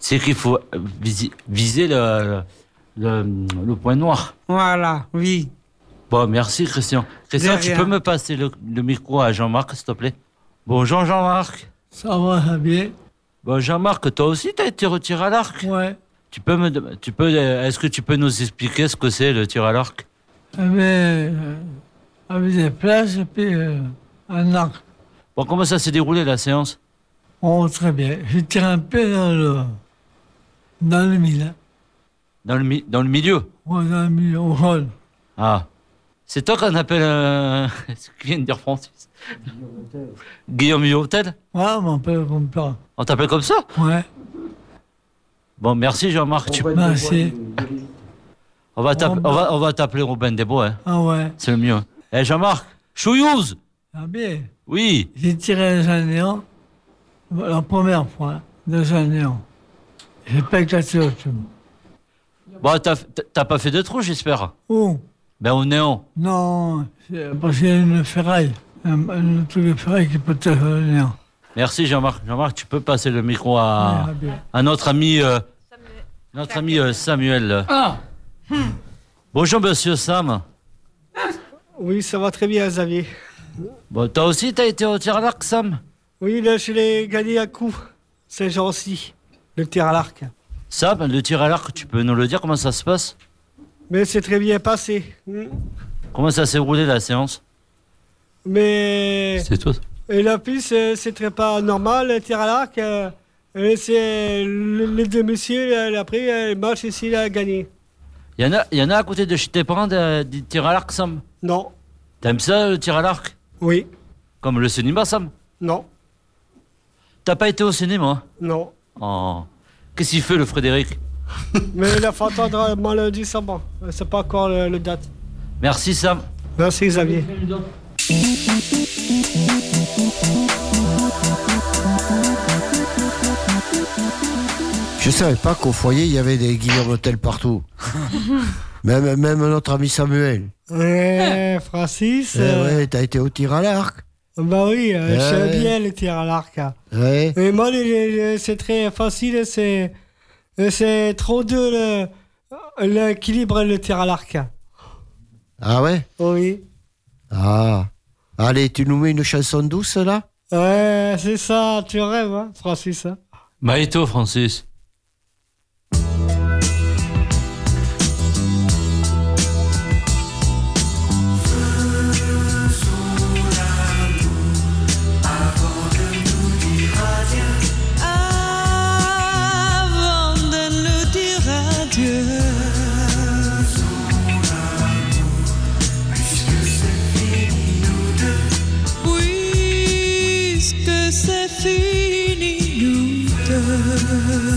S5: c'est qu'il faut euh, visi- viser le, le, le point noir.
S1: Voilà, oui.
S5: Bon, merci Christian. Christian,
S1: De
S5: tu
S1: rien.
S5: peux me passer le, le micro à Jean-Marc, s'il te plaît Bonjour Jean-Marc.
S22: Ça va bien
S5: Bon, Jean-Marc, toi aussi, t'as été retiré à l'arc
S22: Ouais.
S5: Tu peux me, dem- tu peux, euh, est-ce que tu peux nous expliquer ce que c'est le tir à l'arc
S22: Avec, euh, avec des plages et puis euh, un arc.
S5: Bon, comment ça s'est déroulé la séance
S22: Oh, très bien. J'ai tiré un peu dans le, dans le milieu.
S5: dans le, mi- dans le milieu
S22: Ouais, dans le oh. milieu, au hall.
S5: Ah. C'est toi qu'on appelle. Euh... ce que vient de dire Francis. Guillaume Hôtel
S22: Ouais, Ah, mon père comme ça.
S5: On t'appelle comme ça
S22: Ouais,
S5: Bon, merci Jean-Marc. tu-
S22: merci.
S5: On va t'app- on va- on va t'appeler Robin Desbois. hein.
S22: Ah ouais,
S5: C'est le mieux. Eh Jean-Marc, Chouyouz
S22: ah bien.
S5: Oui.
S22: J'ai tiré un néant, la première fois, dans un néant. J'ai pas éclaté au tout.
S5: Bon, t'as t'as pas fait de trou, j'espère.
S22: Oh,
S5: Ben, au néon.
S22: non, c'est- parce qu'il y a une ferraille, un, un truc de ferraille qui peut être le néant.
S5: Merci Jean-Marc. Jean-Marc, tu peux passer le micro à,
S22: Ouais, bien.
S5: à notre ami, euh, notre ami euh, Samuel.
S2: Ah
S5: Bonjour Monsieur Sam.
S3: Oui, ça va très bien, Xavier.
S5: Bon, toi aussi, t'as été au tir à l'arc, Sam
S3: Oui, là, je l'ai gagné à coup. C'est gentil, le tir à l'arc.
S5: Sam, le tir à l'arc, tu peux nous le dire comment ça se passe
S3: Mais c'est très bien passé. Mm.
S5: Comment ça s'est roulé la séance
S3: Mais.
S5: C'est toi.
S3: Et la piste, euh, c'est très pas normal, le tir à l'arc. euh, et c'est le- les deux messieurs, euh, après, euh, le match ici, il a gagné.
S5: Il y, en a- y en a à côté de chez tes parents de- du tir à l'arc, Sam
S3: Non.
S5: T'aimes ça, le tir à l'arc
S3: Oui.
S5: Comme le cinéma, Sam
S3: Non.
S5: T'as pas été au cinéma
S3: Non.
S5: hein Oh. Qu'est-ce qu'il fait, le Frédéric
S3: Mais il a faut attendre euh, le décembre. Euh, C'est pas encore le, le date.
S5: Merci, Sam.
S3: Merci, Xavier.
S8: Je savais pas qu'au foyer, il y avait des Guillaume Hotel partout. même, même notre ami Samuel.
S3: Eh, Francis.
S8: Eh
S3: euh,
S8: ouais, t'as été au tir à l'arc.
S3: Bah oui, euh,
S8: Eh
S3: je sais
S8: ouais.
S3: bien le tir à l'arc. hein.
S8: Ouais.
S3: Et moi, les- les- les- c'est très facile, c'est euh, c'est trop deux le- l'équilibre et le tir à l'arc. hein.
S8: Ah ouais
S3: Oui.
S8: Ah. Allez, tu nous mets une chanson douce, là
S3: Ouais, c'est ça, tu rêves, hein, Francis. hein.
S5: Maïto, Francis.
S23: Avant de nous dire adieu, puisque c'est fini nous deux, puisque c'est fini nous deux.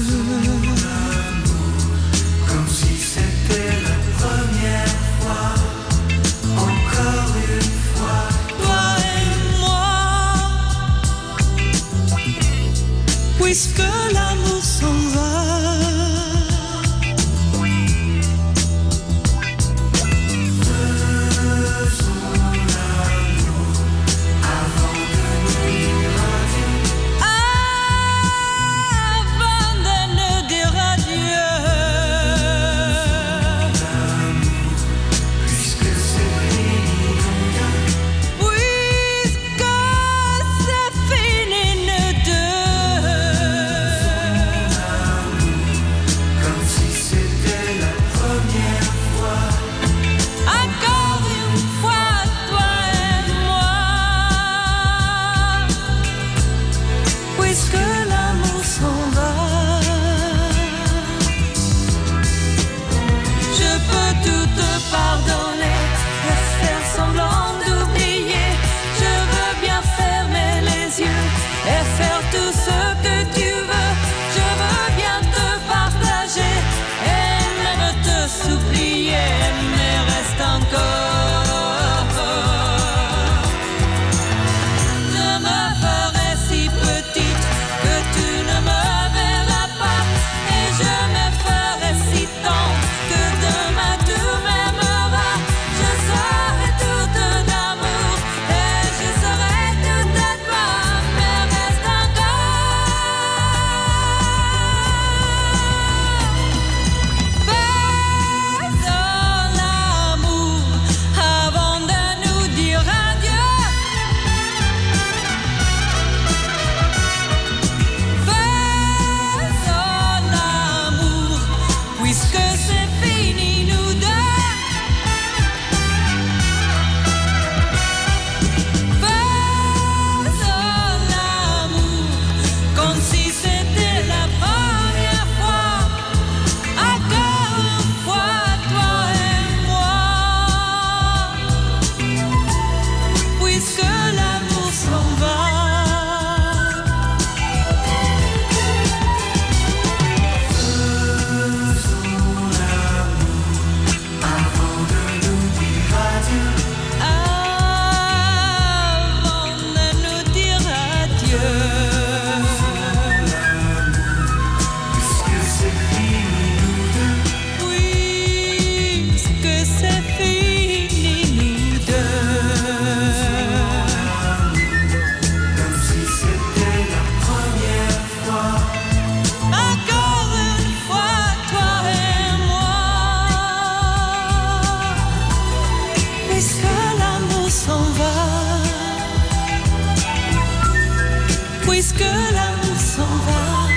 S23: puisque l'amour s'en va,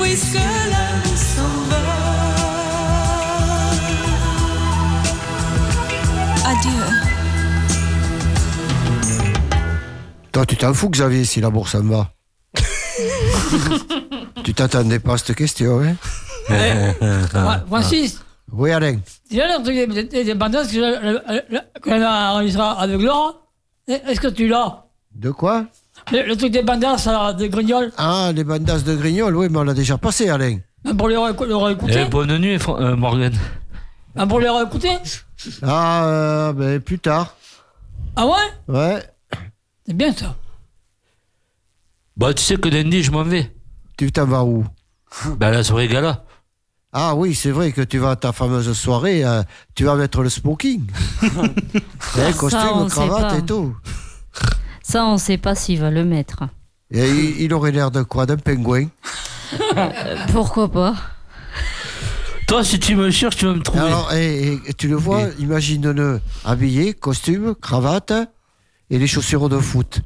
S23: puisque l'amour s'en va. Adieu.
S8: Toi, tu t'en fous, Xavier, si la bourse en va. tu t'attendais pas à cette question, hein
S5: Ah,
S2: Fran- Francis,
S8: Oui, Alain.
S2: déjà le truc des- des dépendances que je- qu'on a enregistré avec Laura, est-ce que tu l'as
S8: De quoi
S2: le, le truc des bandas alors, de Grignol
S8: Ah, les bandas de Grignol, oui, mais on l'a déjà passé, Alain.
S2: Ben, Pour les réécou- le réécouter
S5: Eh, bonne nuit, Fran- euh, Morgan.
S2: Ah, Pour les réécouter
S8: Ah, euh, ben, plus tard.
S2: Ah ouais
S8: Ouais.
S2: C'est bien ça.
S5: Bah, tu sais que lundi, je m'en vais.
S8: Tu t'en vas où
S5: Bah, à la soirée gala.
S8: Ah oui, c'est vrai que tu vas à ta fameuse soirée, euh, tu vas mettre le smoking. Hein,
S14: Ça, on
S8: costume,
S14: sait
S8: cravate
S14: pas.
S8: et tout.
S14: Ça, on sait pas s'il va le mettre.
S8: Et il, il aurait l'air de quoi D'un pingouin
S14: Euh, pourquoi pas
S5: Toi, si tu me cherches, tu vas me trouver.
S8: Alors, et, et- et tu le vois, imagine-le habillé, costume, cravate et les chaussures de foot.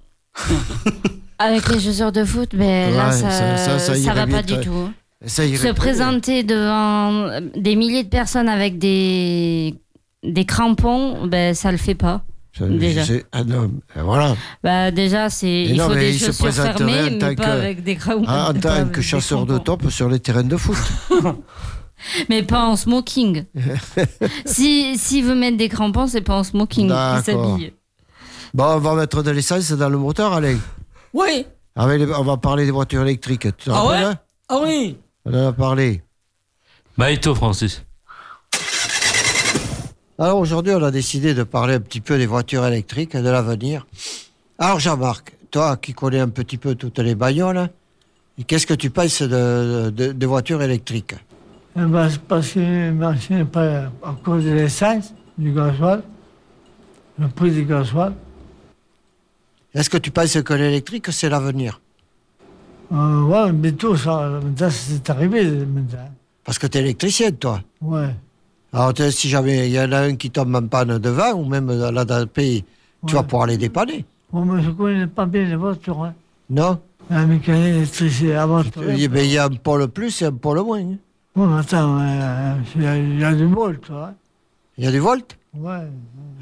S14: Avec les chaussures de foot, mais Eh, là,
S8: Ouais,
S14: ça,
S8: ça- ça- ça irait
S14: va
S8: bien
S14: pas
S8: très-
S14: du tout.
S8: Ça irait
S14: Se
S8: très
S14: présenter devant euh, des milliers de personnes avec des, des crampons, ben, ça le fait pas.
S8: Ça-
S14: déjà.
S8: c'est- ah non, et voilà.
S14: Bah, déjà, c'est,
S8: Et
S14: il
S8: non,
S14: faut
S8: mais
S14: des
S8: il se
S14: chaussures
S8: présenterait
S14: fermées,
S8: en
S14: mais
S8: tant
S14: pas
S8: que-
S14: avec des crampons.
S9: Bah,
S8: Ah, en
S14: pas
S8: tant
S14: avec
S8: que
S14: des
S8: chasseur de
S14: crampons.
S8: top sur les terrains de foot.
S14: Mais pas en smoking. si, s'il veut mettre des crampons, c'est pas en smoking. Il
S8: D'accord.
S14: s'habille.
S8: Bon, on va mettre de l'essence dans le moteur, Alain.
S2: Oui
S8: Avec les- on va parler des voitures électriques. Tu te
S2: Ah
S8: rappelles,
S2: ouais
S8: hein
S2: Ah oui
S8: On en a parlé.
S5: Maïto, Francis.
S8: Alors aujourd'hui, on a décidé de parler un petit peu des voitures électriques et de l'avenir. Alors Jean-Marc, toi qui connais un petit peu toutes les bagnoles, qu'est-ce que tu penses de- de- des voitures électriques
S22: Eh ben, c'est parce que les machines, pas- à cause de l'essence, du gasoil, le prix du gasoil,
S8: Est-ce que tu penses que l'électrique, c'est l'avenir
S22: euh, ouais, mais tout ça, maintenant, c'est arrivé, maintenant.
S8: Parce que tu es électricien, toi.
S22: Ouais.
S8: Alors t'es- si jamais il y en a un qui tombe en panne devant ou même dans la dans le pays, tu vas pouvoir les dépanner.
S22: Bon, mais je connais pas bien les voitures, hein.
S8: Non
S22: La mécanique électricité, avant tout.
S8: Il y- mais il y a un pôle plus et un pôle moins. hein.
S22: Bon, attends, euh, il y a- il y, a du bol, toi.
S8: Il y a du volt
S22: Ouais.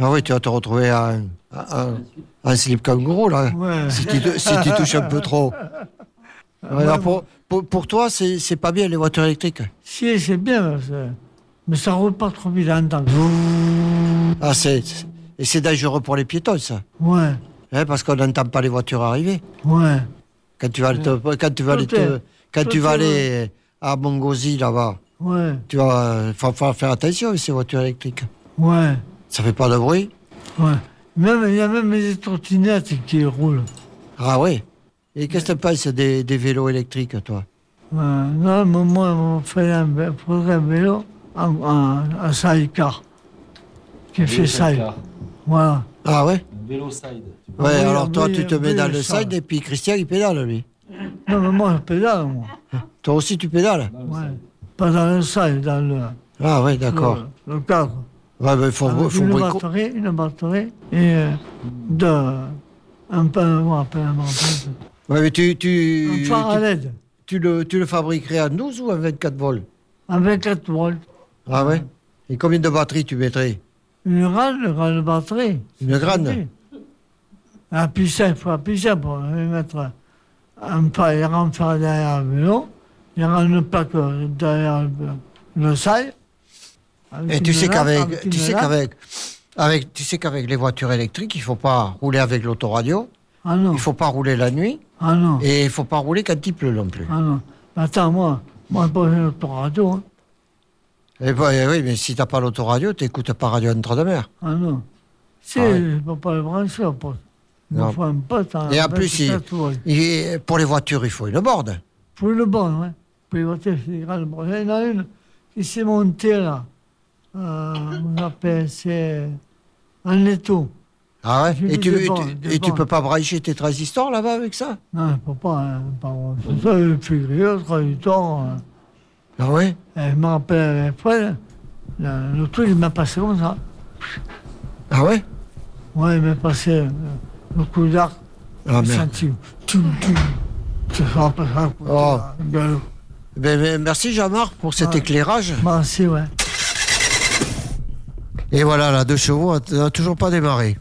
S8: Ah oui, tu vas te retrouver un, un, un slip kangourou, là. hein.
S22: Ouais. Ah,
S8: Si, tu, si tu touches un peu trop. Alors, pour, pour, pour toi, c'est c'est pas bien les voitures électriques
S22: Si, c'est bien, parce que- mais ça roule pas trop vite en tant que.
S8: ah, c'est c'est- Et c'est dangereux pour les piétons, ça.
S22: Ouais,
S8: Hein, parce qu'on n'entend pas les voitures arriver.
S22: ouais.
S8: Quand tu vas, aller te- quand tu vas, aller, te-
S22: Peut-être.
S8: quand tu vas
S22: Peut-être,
S8: aller à Mongosi, là-bas,
S22: Ouais,
S8: tu vas faut- faut faire attention avec ces voitures électriques.
S22: ouais,
S8: Ça fait pas de bruit.
S22: ouais. Même, il y a même des trottinettes qui roulent.
S8: Ah oui. Et qu'est-ce que tu penses des, des vélos électriques, toi
S22: Ouais. Non, mais moi, on fait un vé- programme vélo en, en, en sidecar. Qui fait side. Voilà.
S8: Ah ouais
S5: Vélo side.
S8: Ouais,
S22: Ah Oui,
S8: alors toi,
S22: oui,
S8: tu te
S22: oui,
S8: mets dans le
S22: ça.
S8: side et puis Christian, il pédale, lui.
S22: Non, mais moi, je pédale, moi.
S8: Toi aussi, tu pédales
S22: Ouais. Pas dans le side, dans le.
S8: Ah ouais, d'accord.
S22: Le, le cadre.
S8: Ouais, mais faut,
S22: Avec
S8: faut
S22: une
S8: brico-
S22: batterie, une batterie et euh, de. Un peu, un peu, un peu.
S8: Ouais, mais tu, tu,
S22: En
S8: tu,
S22: parallèle.
S8: tu le, tu le fabriquerais à 12 ou à 24 volts
S22: À 24 volts.
S8: Ah ouais Et combien de batteries tu mettrais
S22: Une grande, une grande batterie.
S8: Une grande
S22: Un puissant, pour un puissant, pour mettre un pas, il rentre par derrière le vélo, il rentre une plaque euh, derrière le, le sail. avec
S8: Et tu
S22: une
S8: sais
S22: lampe,
S8: qu'avec
S22: avec
S8: tu
S22: une
S8: sais
S22: lampe.
S8: qu'avec avec tu sais qu'avec les voitures électriques, il faut pas rouler avec l'autoradio.
S22: Ah non.
S8: Il faut pas rouler la nuit
S22: Ah non,
S8: et il faut pas rouler quand il pleut non plus.
S22: ah non. Attends, moi, moi, pas une autoradio. hein.
S8: Eh ben, eh oui, mais si t'as pas l'autoradio, t'écoutes pas Radio Entre-deux-Mers.
S22: Ah non. Si,
S8: Ah ouais.
S22: je peux pas le brancher, pote. Il me
S8: Non.
S22: faut un pote. hein,
S8: Et en
S22: avec
S8: plus, il-
S22: 24 volts.
S8: il- pour les voitures, il faut une borne.
S22: Pour le bon, ouais. Pour les voitures, c'est grave. Bon, Il y en a une qui s'est montée là. Euh, on appelle, c'est un étau.
S8: Ah ouais
S22: J'ai
S8: Et
S22: mis
S8: tu,
S22: des
S8: et
S22: bornes,
S8: tu,
S22: des
S8: et tu
S22: bornes.
S8: peux pas brancher tes transistors là-bas avec ça
S22: Non, je peux pas. Hein, pas bon. C'est ça, le plus gris, traducteur. euh.
S8: Ah ouais
S22: Et je me rappelle avec Fred, le, le truc, il m'a passé comme ça.
S8: Ah ouais
S22: Ouais, il m'a passé euh, le coup d'arc.
S8: Ah,
S22: Les
S8: merde.
S22: centimes. Tout, tout. Ça sera pas ça.
S8: Oh. Ben, ben, merci Jean-Marc pour cet éclairage.
S22: Merci, ouais.
S8: Et voilà, la deux chevaux n'a toujours pas démarré.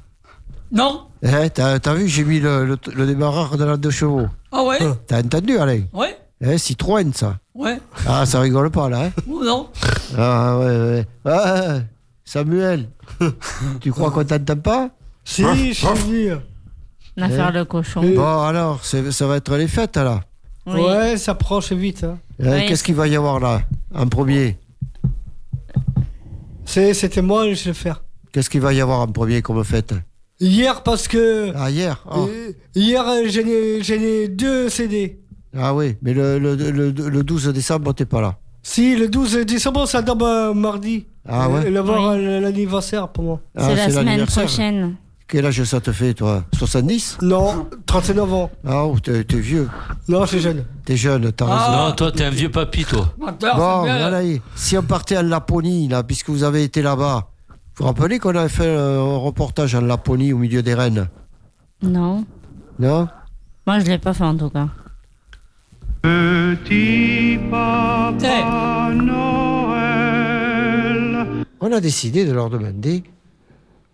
S2: Non
S8: Eh, t'as t'as vu, j'ai mis le, le- le démarreur de la deux chevaux.
S2: Ah ouais
S8: T'as entendu, Alain
S2: Ouais
S8: Eh, Citroën, ça.
S2: Ouais
S8: Ah, ça rigole pas, là. hein
S2: Ou non
S8: Ah, ouais, ouais. Ah, Samuel, tu crois qu'on t'entend pas
S3: Si, je suis Euh, venu.
S8: Eh. Ah, Bon, alors, c'est- ça va être les fêtes, là. Oui.
S3: Ouais, ça approche vite. hein.
S8: Eh, Qu'est-ce qu'il va y avoir, là, en premier
S3: C'est- C'était moi, je vais le faire.
S8: Qu'est-ce qu'il va y avoir en premier comme fête
S3: Hier, parce que.
S8: Ah, hier oh.
S3: Euh, Hier, euh, j'ai les- j'ai les deux CD.
S8: Ah oui, mais le, le, le, le 12 décembre, t'es pas là.
S3: Si, le 12 décembre, ça tombe euh, mardi.
S8: Ah ouais
S3: Euh, le voir, euh, l'anniversaire pour moi.
S8: Ah, C'est la c'est semaine l'anniversaire. prochaine. Quel âge ça te fait, toi 70
S3: Non, 39 ans.
S8: Ah, oh, t'es t'es vieux.
S3: Non, je suis jeune.
S8: T'es jeune, t'as raison.
S5: Ah, Non, toi, t'es un vieux papy, toi.
S8: Bon, voilà, et si on partait en Laponie, là, puisque vous avez été là-bas, vous vous rappelez qu'on avait fait euh, un reportage en Laponie au milieu des rennes
S14: Non.
S8: Non
S14: Moi, je l'ai pas fait en tout cas.
S8: On a décidé de leur demander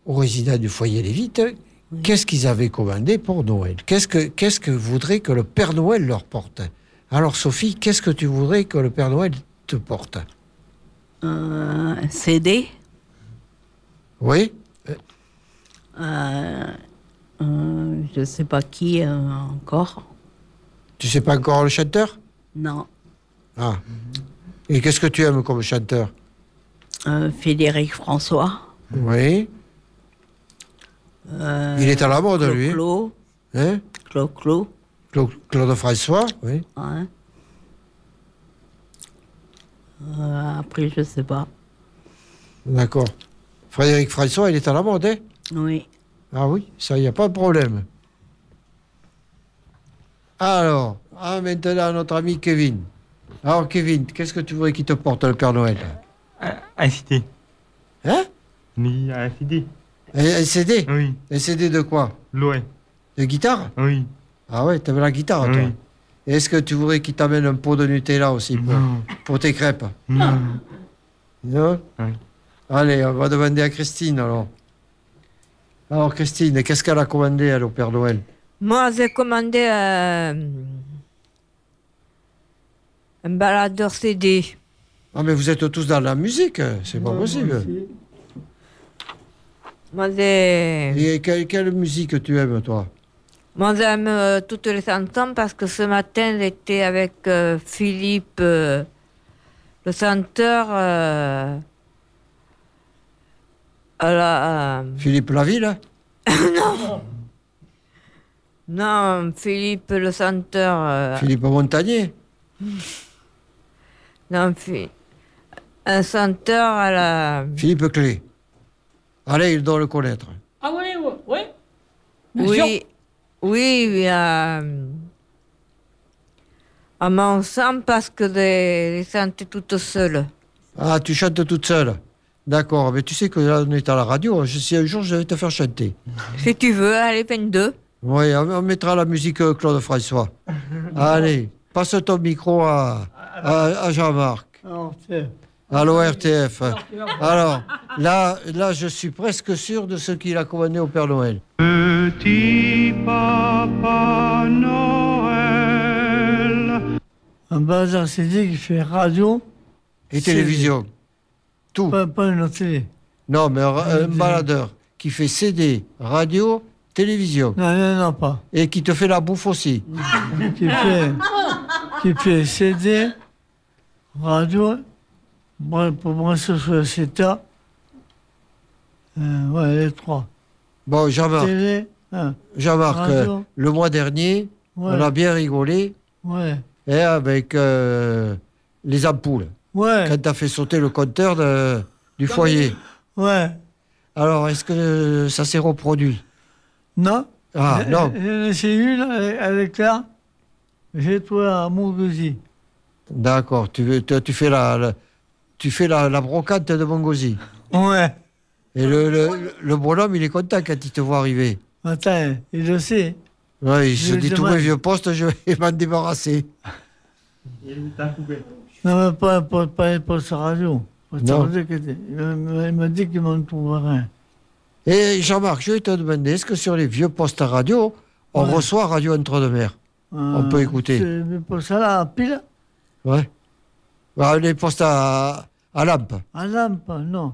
S8: aux résidents du foyer Lévite qu'est-ce qu'ils avaient commandé pour Noël. Qu'est-ce que, qu'est-ce que voudrait que le Père Noël leur porte Alors, Sophie, qu'est-ce que tu voudrais que le Père Noël te porte
S15: Euh, un CD.
S8: Oui
S15: Euh, euh, je sais pas qui euh, encore.
S8: Tu sais pas encore le chanteur
S15: Non.
S8: Ah. Et qu'est-ce que tu aimes comme chanteur
S15: Euh, Frédéric François.
S8: Oui.
S15: euh,
S8: Il est à la mode,
S15: Claude
S8: lui.
S15: Claude,
S8: Hein
S15: Claude Claude,
S8: Cla- Claude François Oui.
S15: ouais. Euh, après, je sais pas.
S8: D'accord. Frédéric François, il est à la mode, hein
S15: Oui.
S8: Ah oui, ça, il n'y a pas de problème. Alors, ah, maintenant, notre ami Kevin. Alors, Kevin, qu'est-ce que tu voudrais qu'il te porte, le Père Noël Un CD. Hein Oui, un CD. Un CD Oui. Un CD de quoi L'OE. De guitare Oui. Ah ouais, t'aimes la guitare, toi
S9: Oui.
S8: Et Est-ce que tu voudrais qu'il t'amène un pot de Nutella aussi pour, pour tes crêpes
S9: Non.
S8: Non
S9: Oui.
S8: Allez, on va demander à Christine, alors. Alors, Christine, qu'est-ce qu'elle a commandé, elle, au Père Noël
S24: Moi, j'ai commandé euh, un baladeur CD.
S8: Ah, mais vous êtes tous dans la musique, c'est pas possible.
S24: Moi, j'ai-
S8: Et quelle, quelle musique tu aimes, toi
S24: moi, j'aime euh, toutes les chansons parce que ce matin, j'étais avec euh, Philippe, euh, le chanteur, euh, à la, euh,
S8: Philippe Laville hein
S24: non. Non, Philippe le chanteur. euh,
S8: Philippe Montagnier
S24: non, Phi- un chanteur à la.
S8: Philippe Clé Allez, il doit le connaître.
S2: Ah oui, oui, oui. Bien sûr.
S24: Oui, oui, oui, à, à mon sens parce que je les sentais toute seule.
S8: Ah, tu chantes toute seule D'accord, mais tu sais que là, on est à la radio. Je, si un jour, je vais te faire chanter.
S24: Si tu veux, allez, 22.
S8: Oui, on, on mettra la musique euh, Claude François. Allez, passe ton micro à, à- à Jean-Marc.
S22: Alors, c'est-
S8: Allô RTF. Alors, là, là, je suis presque sûr de ce qu'il a commandé au Père Noël.
S12: Petit papa Noël.
S22: un bazar CD qui fait radio.
S8: Et télévision. Tout.
S22: Pas, pas une autre télé.
S8: Non, mais un, ra- un baladeur qui fait CD, radio, télévision.
S22: Non, non, non, pas.
S8: Et qui te fait la bouffe aussi.
S22: Qui fait, qui fait CD, radio. Moi, pour moi, ce serait CETA. Euh, ouais, les trois.
S8: Bon, Jean-Marc,
S22: Télé, hein.
S8: Jean-Marc, euh,
S22: Radio.
S8: le mois dernier,
S22: Ouais.
S8: on a bien rigolé
S22: Ouais.
S8: eh, avec euh, les ampoules.
S22: Ouais.
S8: Quand t'as fait sauter le compteur de- du foyer.
S22: Ouais.
S8: Alors, est-ce que euh, ça s'est reproduit
S22: Non.
S8: Ah,
S22: J'ai-
S8: non.
S22: J'ai laissé une avec, avec là. J'ai trouvé à Montgauzy.
S8: D'accord, tu, veux- tu, tu fais la, la- tu fais la, la brocante de Bongosi.
S22: Ouais.
S8: Et le, le, le bonhomme, il est content quand il te voit arriver.
S22: Attends, il le sait.
S8: Ouais, il se
S22: Je
S8: dit tous
S22: demande-
S8: mes vieux postes, je vais m'en débarrasser.
S22: Non, mais pas, pas, pas, pas sa radio. Pas sa
S8: Non.
S22: radio qui était- il me- il m'a dit qu'il m'en trouverait.
S8: Et Jean-Marc, je vais te demander, est-ce que sur les vieux postes à radio, on
S22: Ouais.
S8: reçoit Radio Entre-deux-Mers On peut écouter.
S22: Euh, C'est pour ça là, pile,
S8: Ouais. Bah, les postes à, à lampe.
S22: à lampe, non.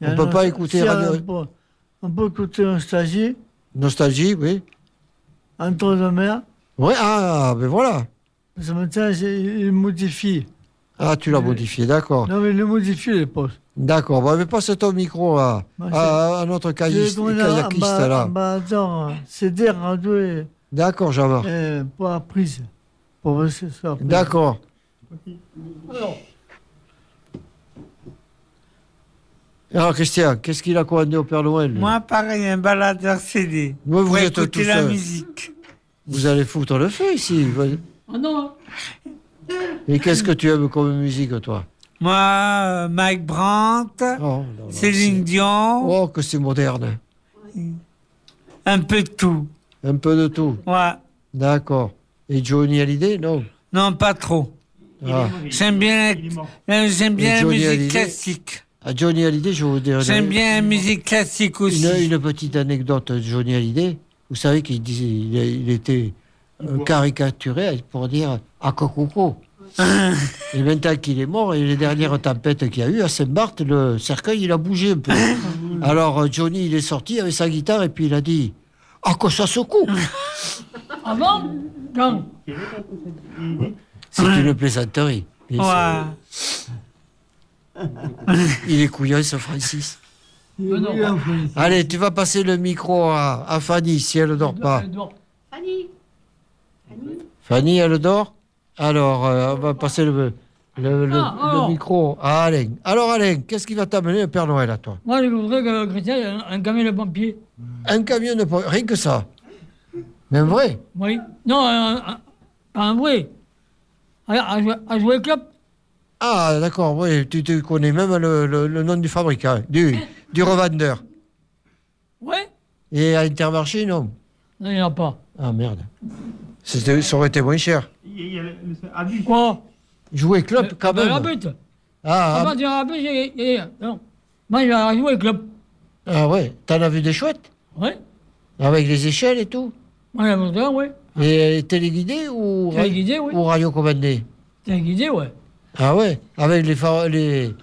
S22: Il y
S8: On
S22: a
S8: peut
S22: nos-
S8: pas écouter
S22: si,
S8: Radio-
S22: on peut- On peut écouter Nostalgie,
S8: Nostalgie, oui.
S22: Entre deux mers.
S8: Ouais, ah, ben voilà.
S22: Ce matin, j'ai- il modifie.
S8: Ah, tu l'as
S22: Oui.
S8: modifié, d'accord.
S22: Non, mais il modifie les postes.
S8: D'accord, bah, mais passe ton micro à,
S22: Moi,
S8: à, à notre
S22: J'ai
S8: kayiste-
S22: demandé à-
S8: kayakiste,
S22: bah,
S8: là.
S22: bah, attends, c'est des radios et,
S8: D'accord, Jean-Marc.
S22: et pas à prise. Pour voir si ça. prise.
S8: D'accord. Alors, Christian, qu'est-ce qu'il a commandé au Père Noël lui
S1: Moi, pareil, un baladeur CD.
S8: Moi, vous
S1: Pour
S8: êtes
S1: écouter
S8: tous
S1: la
S8: seuls.
S1: musique.
S8: Vous allez foutre le feu ici.
S2: Oh non
S8: Et qu'est-ce que tu aimes comme musique, toi
S1: Moi, euh, Mike Brandt, Céline Dion.
S8: Oh, que c'est moderne.
S1: Un peu de tout.
S8: Un peu de tout.
S1: Ouais.
S8: D'accord. Et Johnny Hallyday, non
S1: Non, pas trop.
S8: Ah.
S1: J'aime bien, euh, j'aime bien la
S8: Johnny
S1: musique
S8: Hallyday.
S1: classique.
S8: À Johnny Hallyday, je vais vous dire.
S1: J'aime bien la musique classique aussi.
S8: Une, une petite anecdote de Johnny Hallyday. Vous savez qu'il disait, il, a- il était euh, caricaturé pour dire à cococo. Et maintenant qu'il est mort, et les dernières tempêtes qu'il y a eu à Saint-Barth, le cercueil, il a bougé un peu. Alors euh, Johnny, il est sorti avec sa guitare et puis il a dit Ah, que ça secoue
S2: Ah bon Non.
S8: C'est une plaisanterie. Et
S2: Ouais.
S8: c'est- Il est couillon, ce Francis.
S2: Euh, non.
S8: Allez, tu vas passer le micro à, à Fanny si elle ne dort pas.
S9: Fanny
S8: Fanny, elle dort Alors, euh, on va passer le, le- le-
S2: Ah, alors.
S8: le micro à Alain. Alors, Alain, qu'est-ce qui va t'amener le Père Noël à toi
S2: Moi, je voudrais que Christian ait un, un camion de pompier.
S8: Un camion de pompier Rien que ça Mais vrai
S2: Oui. Non, un, un- pas un vrai. Ah, Alors, un, jou- un jouet club.
S8: Ah, d'accord, oui, tu, tu connais même le, le- le nom du fabricant, hein, du, du revendeur.
S2: Ouais
S8: Et à Intermarché, non
S2: Non, il n'y en a pas.
S8: Ah, merde. C'était- Ça aurait été moins cher. Ah.
S2: Quoi
S8: Jouer club, quand
S2: Dans
S8: même.
S2: la ben, butte.
S8: Ah,
S2: Avant,
S8: ah,
S2: tu as rappelé, j'ai- j'ai- Non. Moi, j'ai un jouet club.
S8: ah ouais, t'en as vu des chouettes
S2: Ouais.
S8: Avec les échelles et tout
S2: Moi, j'ai un jouet, ouais.
S8: Et téléguidé ou, ra-
S2: Téléguidé, oui.
S8: ou radio commandé
S2: T'es guidé, ouais.
S8: Ah ouais, avec les, phares- les,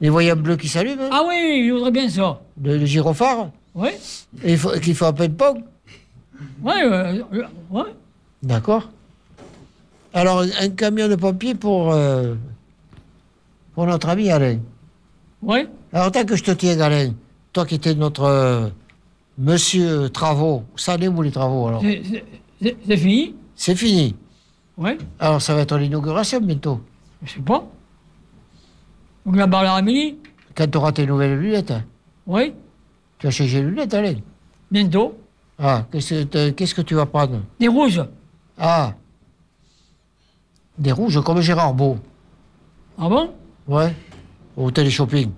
S8: les voyants bleus qui s'allument, hein,
S2: Ah oui, je voudrais bien ça.
S8: le, le gyrophare,
S2: Ouais.
S8: et faut- qu'il faut appeler pong,
S2: Ouais, euh, euh, ouais.
S8: d'accord Alors, un camion de pompiers pour, euh, pour notre ami Alain.
S2: Oui
S8: Alors, tant que je te tiens, Alain, toi qui étais notre euh, monsieur travaux, ça en est où les travaux alors
S2: C'est- c'est- C'est c'est fini
S8: C'est fini
S2: Ouais.
S8: Alors, ça va être l'inauguration bientôt,
S2: Je sais pas. Donc la barre à midi
S8: quand tu auras tes nouvelles lunettes. hein.
S2: Oui.
S8: Tu as changé les lunettes, Alain
S2: Bientôt.
S8: Ah, qu'est-ce que t'as- qu'est-ce que tu vas prendre
S2: Des rouges.
S8: Ah Des rouges comme Gérard Beau.
S2: Ah bon
S8: Ouais. Au télé-shopping.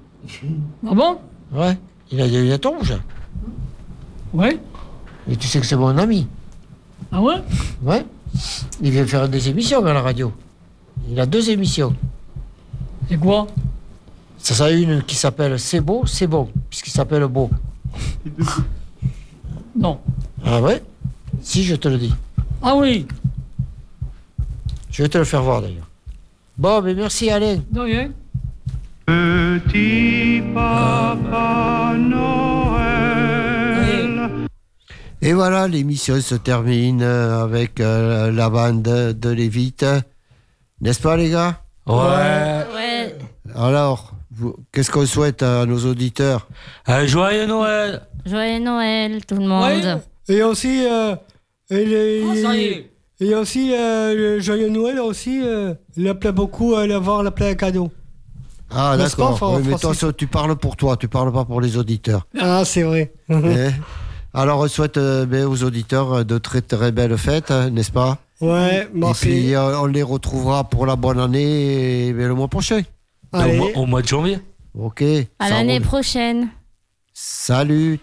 S2: Ah bon
S8: Ouais. Il a des lunettes rouges.
S2: Ouais.
S8: Et tu sais que c'est mon ami.
S2: Ah ouais
S8: Ouais. Il vient faire des émissions à la radio. Il a deux émissions.
S2: C'est quoi
S8: Ça, ça a une qui s'appelle C'est beau, c'est bon, puisqu'il s'appelle Beau.
S2: Non.
S8: Ah ouais Si, je te le dis.
S2: Ah oui
S8: Je vais te le faire voir d'ailleurs. Bon, mais merci Alain.
S2: De rien.
S12: Petit papa Noël.
S8: Et voilà, l'émission se termine euh, avec euh, la bande de Lévite. N'est-ce pas, les gars
S5: Ouais.
S14: Ouais.
S8: Alors, vous- qu'est-ce qu'on souhaite à nos auditeurs
S5: Allez, Euh, joyeux Noël
S14: Joyeux Noël, tout le monde.
S3: Et aussi, euh, et les-
S14: Ah, ça y est.
S3: et aussi euh, le joyeux Noël aussi, euh, il appelait beaucoup à avoir la plein cadeau.
S8: Ah,
S3: N'est-ce
S8: d'accord.
S3: pas, Fran-
S8: Oui, mais toi,
S3: Francis
S8: ça, tu parles pour toi, tu parles pas pour les auditeurs.
S3: Ah, c'est vrai.
S14: Mhm.
S8: Eh Alors, on souhaite euh, ben, aux auditeurs euh, de très très belles fêtes, hein, n'est-ce pas
S3: Ouais, merci.
S8: Et puis, euh, on les retrouvera pour la bonne année et, ben, le mois prochain.
S5: Au mois- au mois de janvier.
S8: Ok.
S14: À
S8: ça
S14: l'année
S8: roule.
S14: prochaine.
S5: Hmm.
S8: Salut.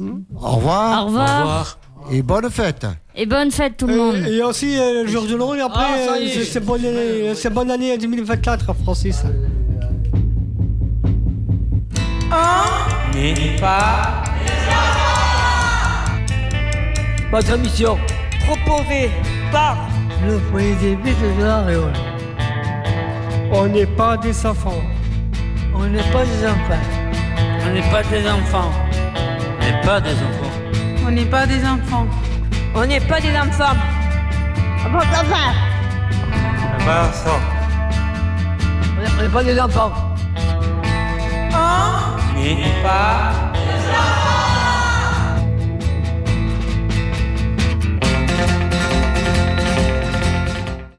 S8: Au revoir.
S14: Au revoir.
S8: Au Et bonne fête.
S25: Et bonne fête tout le monde.
S9: Et aussi euh, le jour de l'an, et
S14: Ah,
S9: après, euh, c'est- c'est bonne, année- c'est bonne année 2024, Francis.
S1: N'est pas.
S3: Votre émission proposée par le des de la Réole. On n'est pas des enfants. On n'est pas des enfants.
S1: On n'est pas des enfants.
S2: On n'est pas des enfants.
S6: On n'est pas des enfants.
S26: On n'est pas des enfants.
S6: Bon, enfin,
S1: On n'est pas des enfants.
S3: On n'est pas des enfants.
S1: N'est pas des enfants.